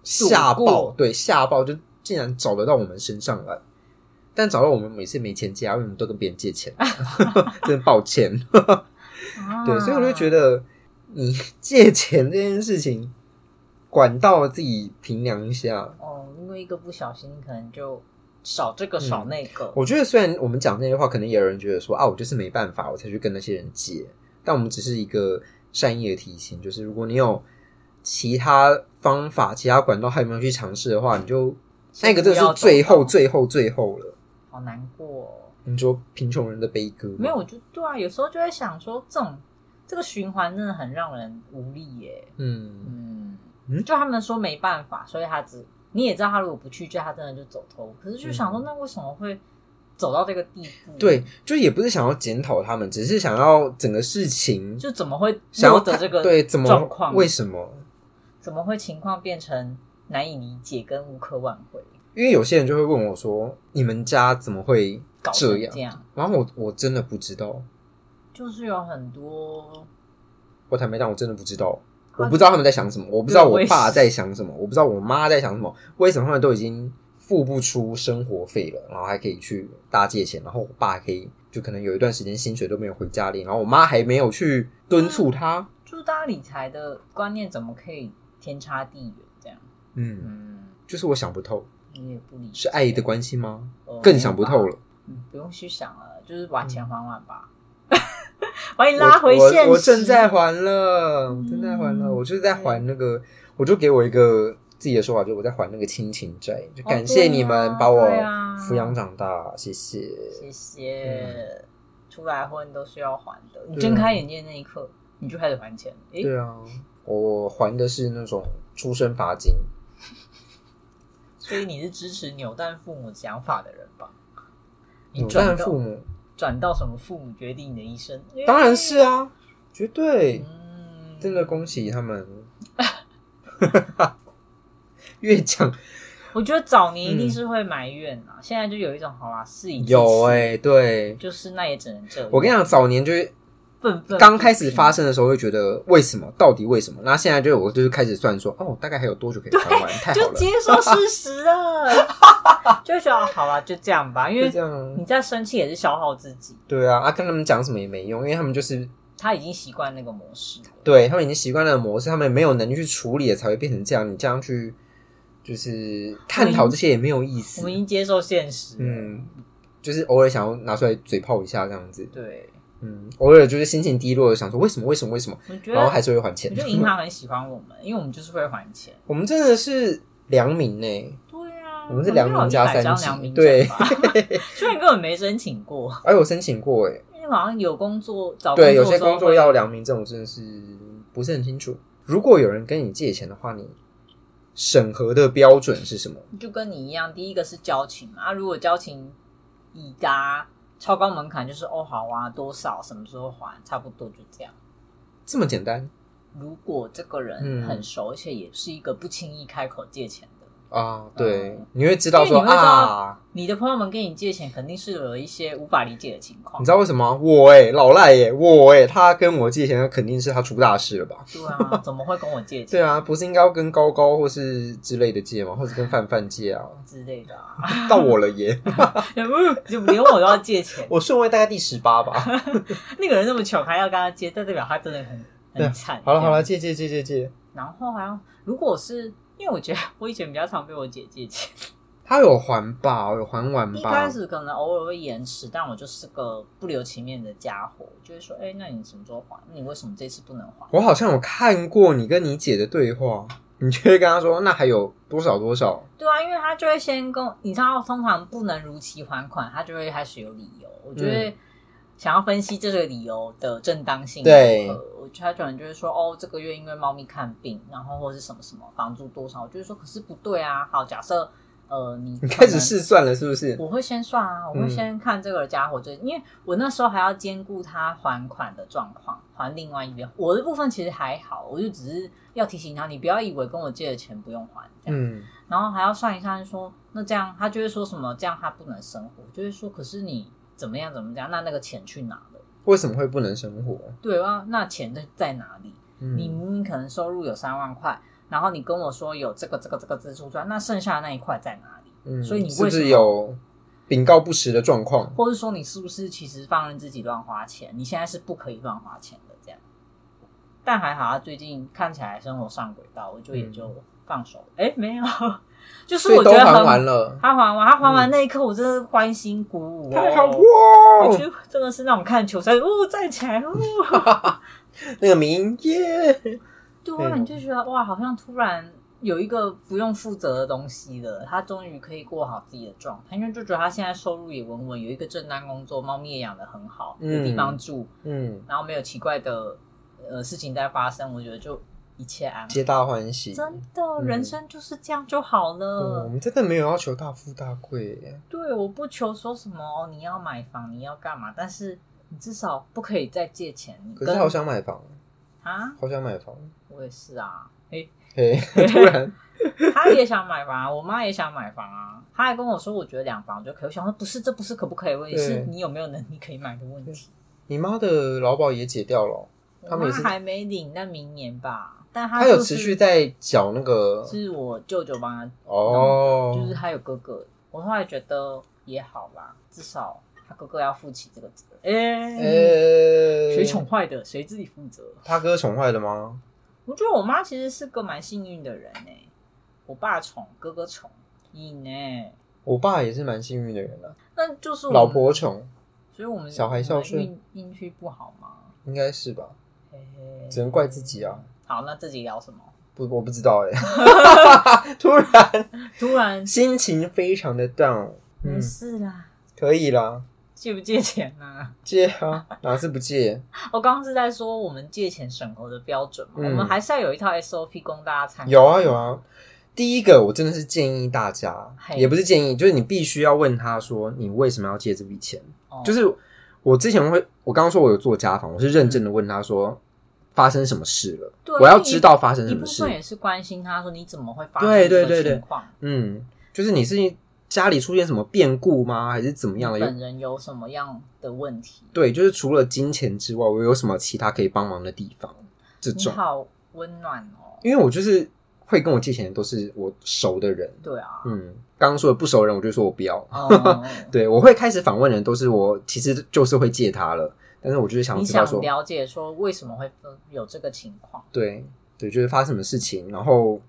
[SPEAKER 1] 吓
[SPEAKER 2] 躲
[SPEAKER 1] 爆
[SPEAKER 2] 过，
[SPEAKER 1] 对，吓爆就竟然找得到我们身上来，但找到我们每次没钱借啊，因为我们都跟别人借 钱，真的抱歉，
[SPEAKER 2] 啊
[SPEAKER 1] 对，所以我就觉得你借钱这件事情，管到自己平量一下，
[SPEAKER 2] 哦，因为一个不小心，可能就少这个少那个，
[SPEAKER 1] 嗯我觉得虽然我们讲这些话，可能也有人觉得说啊，我就是没办法，我才去跟那些人借。但我们只是一个善意的提醒，就是如果你有其他方法、其他管道还没有去尝试的话，你就那
[SPEAKER 2] 先不
[SPEAKER 1] 个真的
[SPEAKER 2] 要
[SPEAKER 1] 是最
[SPEAKER 2] 走
[SPEAKER 1] 后、
[SPEAKER 2] 到
[SPEAKER 1] 最后、最后了。
[SPEAKER 2] 好难过哦。
[SPEAKER 1] 你说贫穷人的悲歌吗
[SPEAKER 2] 没有，我，就对啊，有时候就会想说，这种这个循环真的很让人无力耶。
[SPEAKER 1] 嗯，
[SPEAKER 2] 嗯，
[SPEAKER 1] 嗯
[SPEAKER 2] 就他们说没办法，所以他只你也知道，他如果不去，就他真的就走投无。可是就想说，
[SPEAKER 1] 嗯
[SPEAKER 2] 那为什么会走到这个地步？
[SPEAKER 1] 对，，就也不是想要检讨他们，只是想要整个事情
[SPEAKER 2] 就怎么会
[SPEAKER 1] 想要
[SPEAKER 2] 落得这个
[SPEAKER 1] 对怎么
[SPEAKER 2] 状况？
[SPEAKER 1] 为什么？
[SPEAKER 2] 怎么会情况变成难以理解跟无可挽回？
[SPEAKER 1] 因为有些人就会问我说：“你们家怎么会
[SPEAKER 2] 搞成
[SPEAKER 1] 这
[SPEAKER 2] 这
[SPEAKER 1] 样？”
[SPEAKER 2] 样
[SPEAKER 1] 然后我我真的不知道，
[SPEAKER 2] 就是有很多
[SPEAKER 1] 我坦白讲，我真的不知道，
[SPEAKER 2] 他
[SPEAKER 1] 我不知道他们在想什么，我不知道
[SPEAKER 2] 啊对我
[SPEAKER 1] 我
[SPEAKER 2] 也
[SPEAKER 1] 爸
[SPEAKER 2] 是
[SPEAKER 1] 在想什么，我不知道我妈在想什么，为什么他们都已经付不出生活费了，然后还可以去大借钱，然后我爸还可以就可能有一段时间薪水都没有回家里，然后我妈还没有去敦促他，
[SPEAKER 2] 就是大家理财的观念怎么可以天差地远这样？
[SPEAKER 1] 嗯，
[SPEAKER 2] 嗯，
[SPEAKER 1] 就是我想不透，
[SPEAKER 2] 你也不理解
[SPEAKER 1] 是爱的关系吗？
[SPEAKER 2] 哦
[SPEAKER 1] 更想不透了。
[SPEAKER 2] 嗯不用去想了，就是把钱还完吧。 把你拉回现实，
[SPEAKER 1] 嗯我我我正在还了，我正在还了，
[SPEAKER 2] 嗯
[SPEAKER 1] 我就是在还那个，我就给我一个自己的说法，就是我在还那个亲情债，就感
[SPEAKER 2] 对
[SPEAKER 1] 谢
[SPEAKER 2] 啊
[SPEAKER 1] 你们把我
[SPEAKER 2] 对啊
[SPEAKER 1] 抚养长大，谢谢。
[SPEAKER 2] 谢谢。出来混都是要还的，
[SPEAKER 1] 嗯
[SPEAKER 2] 你
[SPEAKER 1] 对啊
[SPEAKER 2] 睁开眼睛的那一刻，你就开始还钱。诶，
[SPEAKER 1] 对啊，我还的是那种出生罚金，
[SPEAKER 2] 所以你是支持扭蛋父母想法的人吧？你
[SPEAKER 1] 扭
[SPEAKER 2] 哦转
[SPEAKER 1] 蛋
[SPEAKER 2] 到
[SPEAKER 1] 父母
[SPEAKER 2] 转到什么父母决定你的一生？
[SPEAKER 1] 当然是啊，绝对
[SPEAKER 2] 嗯，
[SPEAKER 1] 真的恭喜他 们。越讲
[SPEAKER 2] 我觉得早年一定是会埋怨啊，现在就有一种好啦，事已至
[SPEAKER 1] 嗯有
[SPEAKER 2] 此
[SPEAKER 1] 哎、对
[SPEAKER 2] 就是那也只能这样。
[SPEAKER 1] 我跟你讲，早年就是
[SPEAKER 2] 愤愤
[SPEAKER 1] 刚开始发
[SPEAKER 2] 生，
[SPEAKER 1] 生的时候会觉得为什么，到底为什么？那现在就我就是开始算说，哦，大概还有多久可以还完？太好
[SPEAKER 2] 就
[SPEAKER 1] 了，
[SPEAKER 2] 接受事 实了，就觉得啊好啦，就这样吧，因
[SPEAKER 1] 就
[SPEAKER 2] 为
[SPEAKER 1] 这样
[SPEAKER 2] 你。再生气也是消耗自己，
[SPEAKER 1] 对啊，啊，跟他们讲什么也没用，因为他们就是
[SPEAKER 2] 他已经习惯那个模式了。
[SPEAKER 1] 对他们已经习惯了模式，他们没有能力去处理了，才会变成这样。你这样去就是探讨这些也没有意
[SPEAKER 2] 我
[SPEAKER 1] 思
[SPEAKER 2] 们已。经接受现实，嗯，
[SPEAKER 1] 嗯，就是偶尔想要拿出来嘴炮一下这样子。
[SPEAKER 2] 对，
[SPEAKER 1] 嗯，偶尔就是心情低落，想说为什么为什么为什么，
[SPEAKER 2] 我觉得，
[SPEAKER 1] 然后还是会还钱
[SPEAKER 2] 我觉。得银行很喜欢我们，因为我们就是会还钱。
[SPEAKER 1] 我们真的是良民欸呢、
[SPEAKER 2] 对啊，
[SPEAKER 1] 我们是良民加三级
[SPEAKER 2] 我们就有100张良民
[SPEAKER 1] 对
[SPEAKER 2] 证吧， 虽然根本没申请过，
[SPEAKER 1] 哎，我申请过哎、
[SPEAKER 2] 因为好像有工作找
[SPEAKER 1] 对，
[SPEAKER 2] 工
[SPEAKER 1] 有
[SPEAKER 2] 作
[SPEAKER 1] 些
[SPEAKER 2] 的时候
[SPEAKER 1] 工作
[SPEAKER 2] 会
[SPEAKER 1] 要良民证，我真的是不是很清楚。如果有人跟你借钱的话，你审核的标准是什么？
[SPEAKER 2] 就跟你一样，第一个是交情嘛，啊、如果交情已达超高门槛，就是哦好啊，多少什么时候还，差不多就这样。
[SPEAKER 1] 这么简单
[SPEAKER 2] 如果这个人
[SPEAKER 1] 嗯
[SPEAKER 2] 很熟，而且也是一个不轻易开口借钱的，
[SPEAKER 1] 啊？对
[SPEAKER 2] 嗯，
[SPEAKER 1] 你会知道
[SPEAKER 2] 因为
[SPEAKER 1] 说
[SPEAKER 2] 你会知道
[SPEAKER 1] 啊，
[SPEAKER 2] 你的朋友们跟你借钱，肯定是有一些无法理解的情况
[SPEAKER 1] 你知。道为什么吗？我哎、老赖耶、我哎、他跟我借钱，那肯定是他出大事了吧？
[SPEAKER 2] 对 啊，怎么会跟我借
[SPEAKER 1] 对
[SPEAKER 2] 钱
[SPEAKER 1] 啊，不是应该要跟高高或是之类的借吗？或者跟范范借啊？
[SPEAKER 2] 之类的啊？
[SPEAKER 1] 到我了耶，
[SPEAKER 2] 就连我都要借钱，
[SPEAKER 1] 我顺位大概第十八吧。
[SPEAKER 2] 那个人那么穷还要跟他借，但代表他真的很
[SPEAKER 1] 对啊
[SPEAKER 2] 很惨。
[SPEAKER 1] 好了好
[SPEAKER 2] 这
[SPEAKER 1] 了，
[SPEAKER 2] 样，
[SPEAKER 1] 借借借借借，
[SPEAKER 2] 然后还要如果是因为我觉得我以前比较常被我姐借钱。
[SPEAKER 1] 他有还吧？有还完吧？
[SPEAKER 2] 一开始可能偶尔会延迟，但我就是个不留情面的家伙，就会说：“哎、那你什么时候还？那你为什么这次不能还
[SPEAKER 1] 我好像有看过你跟你姐的对话，你就会跟她说，那还有多少多少？”
[SPEAKER 2] 对啊，因为他就会先跟我你知道，通常不能如期还款，他就会开始有理由。我觉
[SPEAKER 1] 嗯
[SPEAKER 2] 得想要分析这个理由的正当性如何。
[SPEAKER 1] 对
[SPEAKER 2] 我觉得他可能就会说：“哦，这个月因为猫咪看病，然后或是什么什么房租多少。”我就会说：“可是不对啊。”好，假设呃，你
[SPEAKER 1] 你开始试
[SPEAKER 2] 是。
[SPEAKER 1] 算了是不是？
[SPEAKER 2] 我会先算啊，
[SPEAKER 1] 嗯
[SPEAKER 2] 我会先看这个家伙这，因为我那时候还要兼顾他还款的状况，还另外一边。我的部分其实还好，我就只是要提醒他，你不要以为跟我借的钱不用还，这样，
[SPEAKER 1] 嗯，
[SPEAKER 2] 然后还要算一算说，那这样他就会说什么，这样他不能生活，就会说，可是你怎么样怎么样，那那个钱去哪了？
[SPEAKER 1] 为什么会不能生活？
[SPEAKER 2] 对啊，那钱在在哪里？
[SPEAKER 1] 嗯，
[SPEAKER 2] 你明明可能收入有三万块，然后你跟我说有这个这个这个支出赚，那剩下的那一块在哪里？
[SPEAKER 1] 嗯
[SPEAKER 2] 所以你
[SPEAKER 1] 是
[SPEAKER 2] 为
[SPEAKER 1] 不
[SPEAKER 2] 什么
[SPEAKER 1] 是有禀告不实的状况？
[SPEAKER 2] 或是说你是不是其实放任自己乱花钱？你现在是不可以乱花钱的，这样。但还好，他啊最近看起来生活上轨道，我就也就放手。哎、没有，就是
[SPEAKER 1] 嗯所
[SPEAKER 2] 我
[SPEAKER 1] 以
[SPEAKER 2] 觉
[SPEAKER 1] 都
[SPEAKER 2] 得
[SPEAKER 1] 还
[SPEAKER 2] 很
[SPEAKER 1] 完了，嗯
[SPEAKER 2] 他还完，他还完那一刻，我真的欢欣鼓舞、哦，
[SPEAKER 1] 太好
[SPEAKER 2] 我
[SPEAKER 1] 哇！
[SPEAKER 2] 就真的是那种看球赛，哦，站起 来，哦，
[SPEAKER 1] 那个名耶，
[SPEAKER 2] 对啊，你就觉得哇，好像突然有一个不用负责的东西了，他终于可以过好自己的状态，因为就觉得他现在收入也稳稳，有一个正当工作，猫咪也养得很好，有地方住，
[SPEAKER 1] 嗯，
[SPEAKER 2] 然后没有奇怪的呃事情在发生，我觉得就一切安排。
[SPEAKER 1] 皆大欢喜。
[SPEAKER 2] 真的，人生就是这样就好
[SPEAKER 1] 嗯
[SPEAKER 2] 了。
[SPEAKER 1] 我们真的没有要求大富大贵耶，
[SPEAKER 2] 对，我不求说什么哦，你要买房，你要干嘛？但是你至少不可以再借钱。你
[SPEAKER 1] 可
[SPEAKER 2] 跟
[SPEAKER 1] 是好想买房，
[SPEAKER 2] 啊，
[SPEAKER 1] 好想买房。
[SPEAKER 2] 我也是啊。诶、
[SPEAKER 1] 嘿，突然，
[SPEAKER 2] 他也想买房啊， 我妈也想买房啊。他还跟我说，我觉得两房就可以。我想说，不是，这不是可不可以的问题，
[SPEAKER 1] 对
[SPEAKER 2] 是你有没有能力可以买的问题。
[SPEAKER 1] 你妈的劳保也解掉了哦，他们
[SPEAKER 2] 我妈
[SPEAKER 1] 也是
[SPEAKER 2] 还没领，但明年吧。但他、
[SPEAKER 1] 她有持续，在缴那个
[SPEAKER 2] 是我舅舅帮他，
[SPEAKER 1] 哦，
[SPEAKER 2] 就是他有哥哥。我后来觉得也好啦，至少他哥哥要负起这个责任。
[SPEAKER 1] 哎
[SPEAKER 2] 诶、
[SPEAKER 1] 呃，
[SPEAKER 2] 谁宠坏的，谁自己负责。
[SPEAKER 1] 他哥宠坏了吗？
[SPEAKER 2] 我觉得我妈其实是个蛮幸运的人呢、我爸宠，哥哥宠，瘾呢、
[SPEAKER 1] 我爸也是蛮幸运的人啊，
[SPEAKER 2] 那就是我们
[SPEAKER 1] 老婆宠
[SPEAKER 2] 所以我们
[SPEAKER 1] 小孩孝顺
[SPEAKER 2] 我们运运气不好吗？
[SPEAKER 1] 应该是吧，
[SPEAKER 2] 嘿嘿
[SPEAKER 1] 只能怪自己啊。
[SPEAKER 2] 好，那自己聊什么？
[SPEAKER 1] 不，我不知道哎、 突然
[SPEAKER 2] 突然
[SPEAKER 1] 心情非常的 down，嗯
[SPEAKER 2] 没，事啦，
[SPEAKER 1] 可以啦，
[SPEAKER 2] 借不借钱啊？
[SPEAKER 1] 借啊，哪次不借？
[SPEAKER 2] 我刚刚是在说我们借钱审核的标准嘛，
[SPEAKER 1] 嗯
[SPEAKER 2] 我们还是要有一套 SOP 供大家参考。
[SPEAKER 1] 有啊有啊。第一个，我真的是建议大家，
[SPEAKER 2] 嘿
[SPEAKER 1] 也不是建议，就是你必须要问他说，你为什么要借这笔钱？
[SPEAKER 2] 哦，
[SPEAKER 1] 就是我之前会，我刚刚说我有做家访，我是认真的问他说，发生什么事了？
[SPEAKER 2] 对
[SPEAKER 1] 我要知道发生
[SPEAKER 2] 一
[SPEAKER 1] 什
[SPEAKER 2] 部
[SPEAKER 1] 么事
[SPEAKER 2] 分。也是关心他说你怎么会发
[SPEAKER 1] 对
[SPEAKER 2] 生
[SPEAKER 1] 对
[SPEAKER 2] 这个
[SPEAKER 1] 对对
[SPEAKER 2] 情况，
[SPEAKER 1] 嗯，就是你是家里出现什么变故吗？还是怎么样的？
[SPEAKER 2] 本人有什么样的问题？
[SPEAKER 1] 哎对，就是除了金钱之外，我有什么其他可以帮忙的地方？这
[SPEAKER 2] 你
[SPEAKER 1] 种，
[SPEAKER 2] 好温暖哦。
[SPEAKER 1] 因为我就是会跟我借钱的都是我熟的人，
[SPEAKER 2] 对啊，
[SPEAKER 1] 嗯，刚刚说的不熟的人，我就说我不要。
[SPEAKER 2] 哦，
[SPEAKER 1] 对，我会开始访问人，都是我其实就是会借他了，但是啊我就是想
[SPEAKER 2] 你
[SPEAKER 1] 知道
[SPEAKER 2] 想
[SPEAKER 1] 说，
[SPEAKER 2] 了解说为什么会有这个情况？
[SPEAKER 1] 对对，就是发生什么事情，然后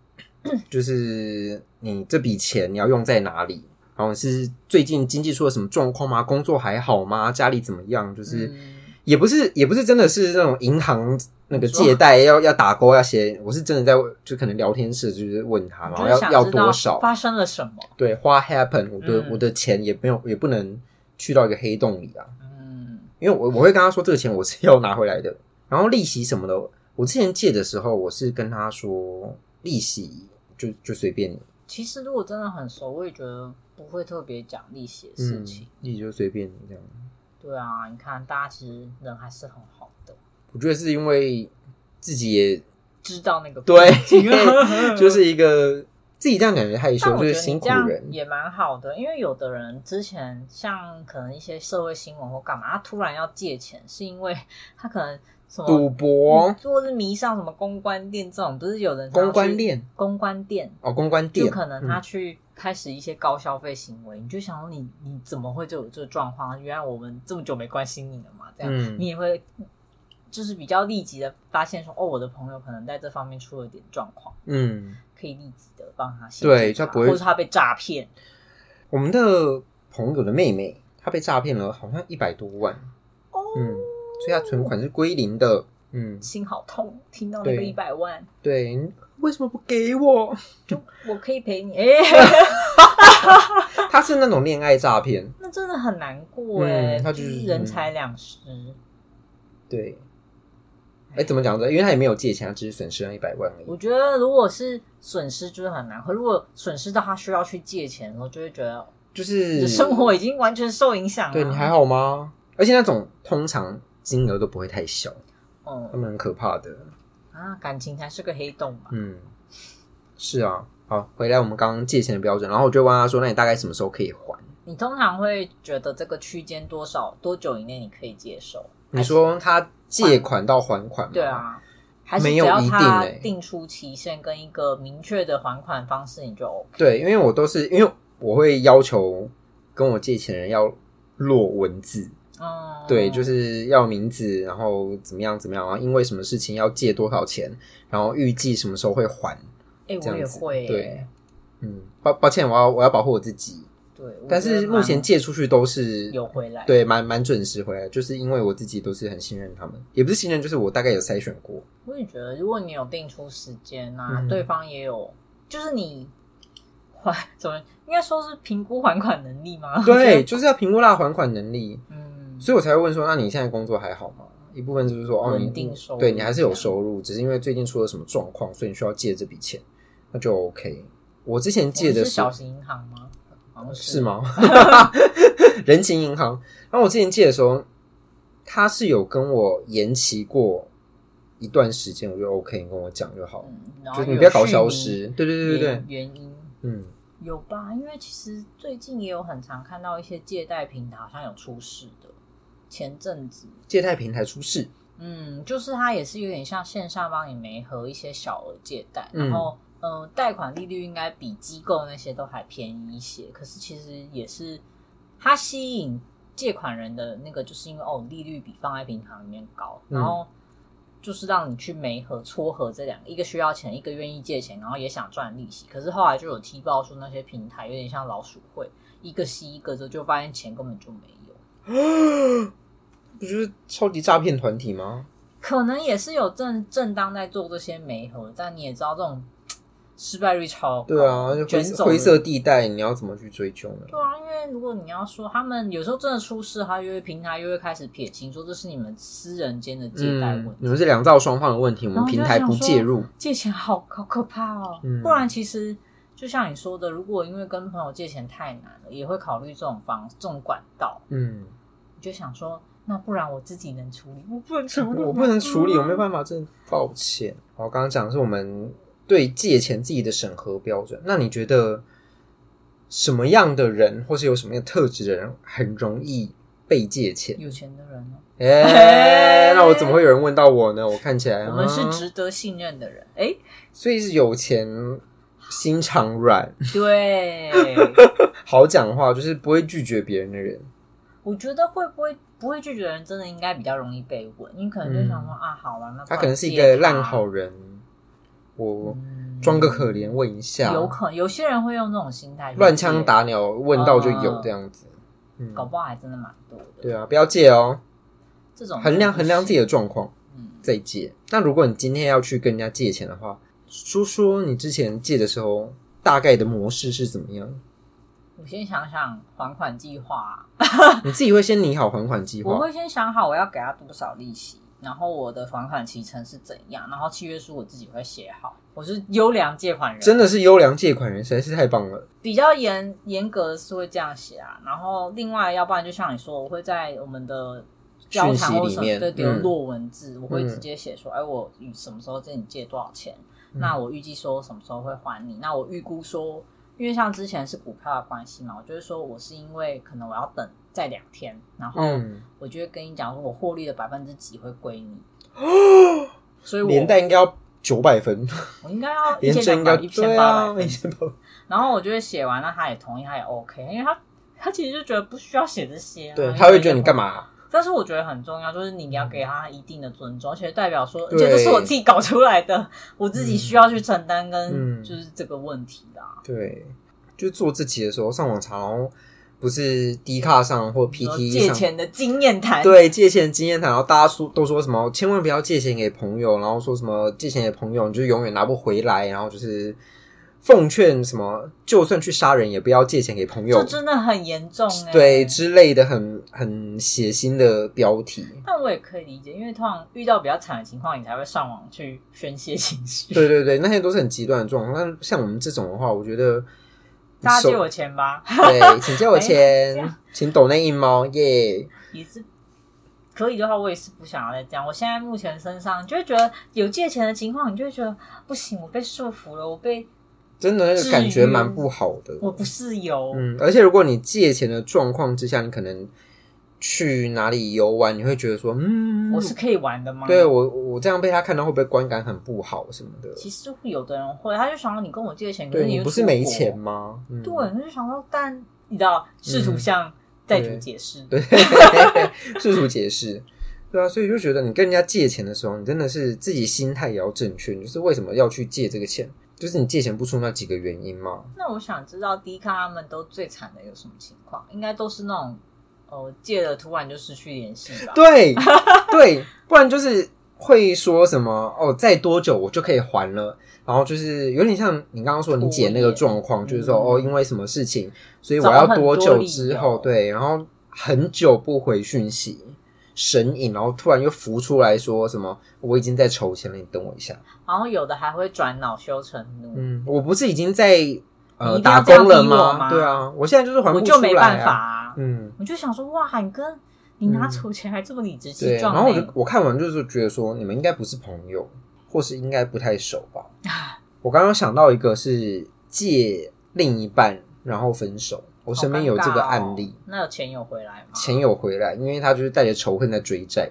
[SPEAKER 1] 就是你这笔钱你要用在哪里，然后你是最近经济出了什么状况吗？工作还好吗？家里怎么样？就是、
[SPEAKER 2] 嗯
[SPEAKER 1] 也不是也不是真的是那种银行那个
[SPEAKER 2] 你说
[SPEAKER 1] 借贷要要打勾要写，我是真的在就可能聊天室就是问他，啊然后
[SPEAKER 2] 就是
[SPEAKER 1] 要
[SPEAKER 2] 想
[SPEAKER 1] 要
[SPEAKER 2] 知道
[SPEAKER 1] 多少？
[SPEAKER 2] 发生了什么？
[SPEAKER 1] 对，What happened？我的、
[SPEAKER 2] 嗯
[SPEAKER 1] 我的钱也没有也不能去到一个黑洞里啊。
[SPEAKER 2] 嗯，
[SPEAKER 1] 因为我我会跟他说这个钱我是要拿回来的，然后利息什么的，我之前借的时候我是跟他说利息就就随便你，
[SPEAKER 2] 其实如果真的很熟，我也觉得不会特别讲利息的事
[SPEAKER 1] 嗯
[SPEAKER 2] 情。，
[SPEAKER 1] 利息就随便你这样。
[SPEAKER 2] 对啊，你看大家其实人还是很好的，
[SPEAKER 1] 我觉得是因为自己也
[SPEAKER 2] 知道那个
[SPEAKER 1] 对
[SPEAKER 2] 病 情
[SPEAKER 1] 就是一个自己这样感觉害羞
[SPEAKER 2] 嗯但，我
[SPEAKER 1] 就
[SPEAKER 2] 觉
[SPEAKER 1] 是
[SPEAKER 2] 得你
[SPEAKER 1] 辛苦
[SPEAKER 2] 这样
[SPEAKER 1] 人，
[SPEAKER 2] 也蛮好的，因为有的人之前像可能一些社会新闻或干嘛，他突然要借钱，是因为 他可能什么嗯
[SPEAKER 1] 赌博、
[SPEAKER 2] 或是迷上什么公关店这种，不是有人常
[SPEAKER 1] 公关
[SPEAKER 2] 去
[SPEAKER 1] 店
[SPEAKER 2] 公关店，
[SPEAKER 1] 哦，公关
[SPEAKER 2] 就
[SPEAKER 1] 店，
[SPEAKER 2] 可能他
[SPEAKER 1] 嗯
[SPEAKER 2] 去开始一些高消费行为，你就想说你你怎么会就有这个状况？原来我们这么久没关心你了嘛，这样、
[SPEAKER 1] 嗯
[SPEAKER 2] 你也会就是比较立即的发现说，哦，我的朋友可能在这方面出了点状况，
[SPEAKER 1] 嗯，
[SPEAKER 2] 可以立即的帮他协
[SPEAKER 1] 对
[SPEAKER 2] 助他
[SPEAKER 1] 他不会
[SPEAKER 2] 或者他被诈骗，
[SPEAKER 1] 我们的朋友的妹妹她被诈骗了，好像一百多万，
[SPEAKER 2] 哦，
[SPEAKER 1] 嗯，所以她存款是归零的，嗯，
[SPEAKER 2] 心好痛，听到那个
[SPEAKER 1] 对
[SPEAKER 2] 一百万，
[SPEAKER 1] 对，你为什么不给我？
[SPEAKER 2] 我可以陪你，哎，
[SPEAKER 1] 他是那种恋爱诈骗，
[SPEAKER 2] 那真的很难过哎、
[SPEAKER 1] 嗯他
[SPEAKER 2] 就
[SPEAKER 1] 就是
[SPEAKER 2] 是人财两失，
[SPEAKER 1] 对。哎、怎么讲的？因为他也没有借钱，他只是损失了一百万而
[SPEAKER 2] 我
[SPEAKER 1] 已。
[SPEAKER 2] 觉得如果是损失，就是很难。可如果损失到他需要去借钱的时候，就会觉得
[SPEAKER 1] 就是
[SPEAKER 2] 你的生活已啊经完全受影响了。
[SPEAKER 1] 对你还好吗？而且那种通常金额都不会太小，他
[SPEAKER 2] 嗯
[SPEAKER 1] 们很可怕的。
[SPEAKER 2] 啊，感情才是个黑洞嘛。
[SPEAKER 1] 嗯，是啊。好，回来我们刚刚借钱的标准，然后我就问他说：“那你大概什么时候可以还
[SPEAKER 2] 你通常会觉得这个区间多少多久以内你可以接受？？”
[SPEAKER 1] 你说他借款到还款吗？
[SPEAKER 2] 对，啊，还
[SPEAKER 1] 嗯
[SPEAKER 2] 是
[SPEAKER 1] 没
[SPEAKER 2] 只
[SPEAKER 1] 有
[SPEAKER 2] 要
[SPEAKER 1] 一定
[SPEAKER 2] 他
[SPEAKER 1] 欸
[SPEAKER 2] 定出期限跟一个明确的还款方式，你就 OK。
[SPEAKER 1] 对，因为我都是因为我会要求跟我借钱的人要落文字，
[SPEAKER 2] 嗯，
[SPEAKER 1] 对，就是要名字，然后怎么样怎么样，然后因为什么事情要借多少钱，然后预计什么时候会还，
[SPEAKER 2] 哎、
[SPEAKER 1] 这
[SPEAKER 2] 我也
[SPEAKER 1] 样子。
[SPEAKER 2] 会欸、
[SPEAKER 1] 对，嗯，抱抱歉，我要我要保护我自己，
[SPEAKER 2] 对，我
[SPEAKER 1] 但
[SPEAKER 2] 觉
[SPEAKER 1] 是
[SPEAKER 2] 得
[SPEAKER 1] 目前
[SPEAKER 2] 蛮
[SPEAKER 1] 借出去都是
[SPEAKER 2] 有回来，
[SPEAKER 1] 对蛮蛮准时回来，就是因为我自己都是很信任他们，也不是信任，就是我大概有筛选 过，
[SPEAKER 2] 我也觉得，如果你有定出时间啊，
[SPEAKER 1] 嗯
[SPEAKER 2] 对方也有，就是你还 怎么应该说是评估还款能力吗？
[SPEAKER 1] 对，，就是要评估他的还款能力，
[SPEAKER 2] 嗯，
[SPEAKER 1] 所以我才会问说，那你现在工作还好吗？一部分就是说哦，你
[SPEAKER 2] 稳定收入
[SPEAKER 1] 对你还是有收入，只是因为最近出了什么状况，所以你需要借这笔钱，那就 OK。我之前借
[SPEAKER 2] 我
[SPEAKER 1] 的
[SPEAKER 2] 哦们是小型银行吗？好像
[SPEAKER 1] 是？吗？ 人情银行。然后我之前借的时候，他是有跟我延期过一段时间，我就 OK，你跟我讲就好了，
[SPEAKER 2] 嗯，然后
[SPEAKER 1] 就是你
[SPEAKER 2] 有
[SPEAKER 1] 不要搞
[SPEAKER 2] 续
[SPEAKER 1] 消
[SPEAKER 2] 名
[SPEAKER 1] 失。对对对对对
[SPEAKER 2] 原，原因
[SPEAKER 1] 嗯，
[SPEAKER 2] 有吧？因为其实最近也有很常看到一些借贷平台好像有出事的，前阵子，
[SPEAKER 1] 借贷平台出事，
[SPEAKER 2] 嗯，就是它也是有点像线上帮你媒合一些小额借贷，
[SPEAKER 1] 嗯
[SPEAKER 2] 然后呃，贷款利率应该比机构那些都还便宜一些，可是其实也是它吸引借款人的那个，就是因为哦，利率比放在银行里面高，
[SPEAKER 1] 嗯
[SPEAKER 2] 然后。就是让你去媒合、撮合这两个，一个需要钱，一个愿意借钱，然后也想赚利息。可是后来就有踢爆出那些平台有点像老鼠会，一个吸一个之后，就发现钱根本就没有。
[SPEAKER 1] 不就是超级诈骗团体吗？
[SPEAKER 2] 可能也是有正正当在做这些媒合，但你也知道这种失败率超高，
[SPEAKER 1] 对啊，就灰
[SPEAKER 2] 哦卷走
[SPEAKER 1] 灰
[SPEAKER 2] 人
[SPEAKER 1] 色。地带，你要怎么去追究呢？
[SPEAKER 2] 对啊，因为如果你要说他们有时候真的出事，他就会平台又会开始撇清，说这是你们私人间的借贷问
[SPEAKER 1] 嗯
[SPEAKER 2] 题，，
[SPEAKER 1] 你们是两造双方的问题，我们
[SPEAKER 2] 然后就
[SPEAKER 1] 平台不
[SPEAKER 2] 想说
[SPEAKER 1] 介入。
[SPEAKER 2] 借钱好好可怕哦。
[SPEAKER 1] 嗯
[SPEAKER 2] 不然其实就像你说的，如果因为跟朋友借钱太难了，也会考虑这种方这种管道，
[SPEAKER 1] 嗯，
[SPEAKER 2] 你就想说，那不然我自己能处理，我不啊能处理，
[SPEAKER 1] 我不能处理，我没
[SPEAKER 2] 法。
[SPEAKER 1] 办法，真的抱歉。我刚刚讲的是我们对借钱自己的审核标准。那你觉得什么样的人，或是有什么样的特质的人，很容易被借钱？
[SPEAKER 2] 有钱的人哦，
[SPEAKER 1] 哎、那我怎么会有人问到我呢？我看起来
[SPEAKER 2] 我们是
[SPEAKER 1] 啊
[SPEAKER 2] 值得信任的人。哎、
[SPEAKER 1] 所以是有钱，心肠软，
[SPEAKER 2] 对，
[SPEAKER 1] 好讲话，就是不会拒绝别人的人。
[SPEAKER 2] 我觉得会不会不会拒绝的人，真的应该比较容易被吻。你可能就想说、啊，好啊了，那
[SPEAKER 1] 嗯他可能是一
[SPEAKER 2] 不然
[SPEAKER 1] 个
[SPEAKER 2] 借他
[SPEAKER 1] 烂好人，我
[SPEAKER 2] 嗯
[SPEAKER 1] 装个可怜问一下，
[SPEAKER 2] 有可有些人会用这种心态去
[SPEAKER 1] 乱枪
[SPEAKER 2] 借，
[SPEAKER 1] 打鸟，问到就有
[SPEAKER 2] 嗯
[SPEAKER 1] 这样子。嗯，
[SPEAKER 2] 搞不好还真的蛮多的。
[SPEAKER 1] 对啊，不要借哦，
[SPEAKER 2] 这种
[SPEAKER 1] 衡量
[SPEAKER 2] 就是
[SPEAKER 1] 衡量自己的状况
[SPEAKER 2] 嗯
[SPEAKER 1] 再借。那如果你今天要去跟人家借钱的话，说说你之前借的时候大概的模式是怎么样？
[SPEAKER 2] 我先想想还款计划，
[SPEAKER 1] 你自己会先拟好还款计
[SPEAKER 2] 我
[SPEAKER 1] 划，
[SPEAKER 2] 会先想好我要给他多少利息，然后我的还款期程是怎样，然后契约书我自己会写好。我是优良借款人，
[SPEAKER 1] 真的是优良借款人，实在是太棒了。
[SPEAKER 2] 比较严严格的是会这样写啊，然后另外要不然就像你说，我会在我们的交谈或
[SPEAKER 1] 讯息里
[SPEAKER 2] 什么
[SPEAKER 1] 面
[SPEAKER 2] 对留
[SPEAKER 1] 嗯
[SPEAKER 2] 落文字，我会
[SPEAKER 1] 嗯嗯
[SPEAKER 2] 直接写说，哎、我什么时候跟你借多少钱？那我预计说什么时候会还你？那我预估说，因为像之前是股票的关系嘛，我就是说我是因为可能我要等再两天，然后
[SPEAKER 1] 嗯，
[SPEAKER 2] 我就会跟你讲说我获利的百分之几会归 你，所以我
[SPEAKER 1] 年代应该要九百分，
[SPEAKER 2] 我应该要一
[SPEAKER 1] 连
[SPEAKER 2] 千
[SPEAKER 1] 真应
[SPEAKER 2] 两
[SPEAKER 1] 该
[SPEAKER 2] 百一千
[SPEAKER 1] 对
[SPEAKER 2] 八
[SPEAKER 1] 啊
[SPEAKER 2] 百，分
[SPEAKER 1] 一千八百。
[SPEAKER 2] 然后我就会写完，那他也同意，他也 OK，因为他他其实就觉得不需要写这些、啊，
[SPEAKER 1] 对，
[SPEAKER 2] 因为
[SPEAKER 1] 他会觉得你干嘛、？
[SPEAKER 2] 但是我觉得很重要，就是你要给他一定的尊重，而且代表说，而
[SPEAKER 1] 对
[SPEAKER 2] 且这是我自己搞出来的， 我自己需要去承担跟
[SPEAKER 1] 嗯
[SPEAKER 2] 就是这个问题啦。
[SPEAKER 1] 对，就做自己的时候上网查，然后不是 D 卡上或
[SPEAKER 2] 比如说
[SPEAKER 1] PT
[SPEAKER 2] 借
[SPEAKER 1] 上，
[SPEAKER 2] 钱的经验谈，
[SPEAKER 1] 对借钱经验谈，然后大家说都说什么，千万不要借钱给朋友，然后说什么借钱给朋友你就永远拿不回来，然后就是奉劝什么，就算去杀人也不要借钱给朋
[SPEAKER 2] 这
[SPEAKER 1] 友，
[SPEAKER 2] 真的很严重哎、
[SPEAKER 1] 对之类的很很血腥的标题。
[SPEAKER 2] 但我也可以理解，因为通常遇到比较惨的情况，你才会上网去宣泄情绪。
[SPEAKER 1] 对对对，那些都是很极端的状况。但像我们这种的话，我觉 得
[SPEAKER 2] 大家
[SPEAKER 1] 手
[SPEAKER 2] 借我钱吧，
[SPEAKER 1] 对，请借我
[SPEAKER 2] 这
[SPEAKER 1] 钱
[SPEAKER 2] 样，
[SPEAKER 1] 请抖那一猫耶。
[SPEAKER 2] 也是可以的话，我也是不想要再这样。我现在目前身上就会觉得有借钱的情况，你就会觉得不行，我被束缚了，我被
[SPEAKER 1] 真的那
[SPEAKER 2] 至
[SPEAKER 1] 个感觉
[SPEAKER 2] 于
[SPEAKER 1] 蛮不好的。
[SPEAKER 2] 我不是有、
[SPEAKER 1] 嗯，而且如果你借钱的状况之下，你可能去哪里游玩，你会觉得说，嗯，
[SPEAKER 2] 我是可以玩的吗？
[SPEAKER 1] 对我我这样被他看到会不会观感很不好什么的？
[SPEAKER 2] 其实会有的人会，他就想说你跟我借钱，可
[SPEAKER 1] 对
[SPEAKER 2] 你
[SPEAKER 1] 你
[SPEAKER 2] 又
[SPEAKER 1] 不是
[SPEAKER 2] 出
[SPEAKER 1] 没
[SPEAKER 2] 国
[SPEAKER 1] 钱，吗？嗯、
[SPEAKER 2] 对，他就想说，但你知道，试图向债主解释，
[SPEAKER 1] 嗯对， 试图嗯解释。对啊，所以就觉得你跟人家借钱的时候，你真的是自己心态也要正确。就是为什么要去借这个钱，就是你借钱不出那几个原因嘛。
[SPEAKER 2] 那我想知道迪卡他们都最惨的有什么情况？应该都是那种哦借了突然就失去联系吧？
[SPEAKER 1] 对对，不然就是会说什么哦，再多久我就可以还了，然后就是有点像你刚刚说你姐那个状况，就是说、
[SPEAKER 2] 嗯
[SPEAKER 1] 哦，因为什么事情，所以我要多久之
[SPEAKER 2] 找很
[SPEAKER 1] 后
[SPEAKER 2] 多理
[SPEAKER 1] 对，
[SPEAKER 2] 由
[SPEAKER 1] 然后很久不回讯息，神隐，然后突然又浮出来说什么我已经在筹钱了，你等我一下。
[SPEAKER 2] 然后有的还会转恼羞成怒，
[SPEAKER 1] 嗯，我不是已经在
[SPEAKER 2] 你
[SPEAKER 1] 呃
[SPEAKER 2] 一定
[SPEAKER 1] 打
[SPEAKER 2] 要
[SPEAKER 1] 工了
[SPEAKER 2] 这样逼我吗
[SPEAKER 1] 对啊，我现在就是还不
[SPEAKER 2] 我
[SPEAKER 1] 出
[SPEAKER 2] 就
[SPEAKER 1] 来、啊，
[SPEAKER 2] 没办法、啊。
[SPEAKER 1] 嗯，
[SPEAKER 2] 我就想说，哇，你跟你拿出钱还这么理直
[SPEAKER 1] 对。
[SPEAKER 2] 气
[SPEAKER 1] 然
[SPEAKER 2] 壮、
[SPEAKER 1] 后我就
[SPEAKER 2] 欸，
[SPEAKER 1] 我看完就是觉得说，你们应该不是朋友，或是应该不太熟吧。 我刚刚想到一个是借另一半然后分手，我
[SPEAKER 2] 我
[SPEAKER 1] 身边有这个案例。
[SPEAKER 2] 哦那有钱有回来吗？
[SPEAKER 1] 钱有回来，因为他就是带着仇恨在追债。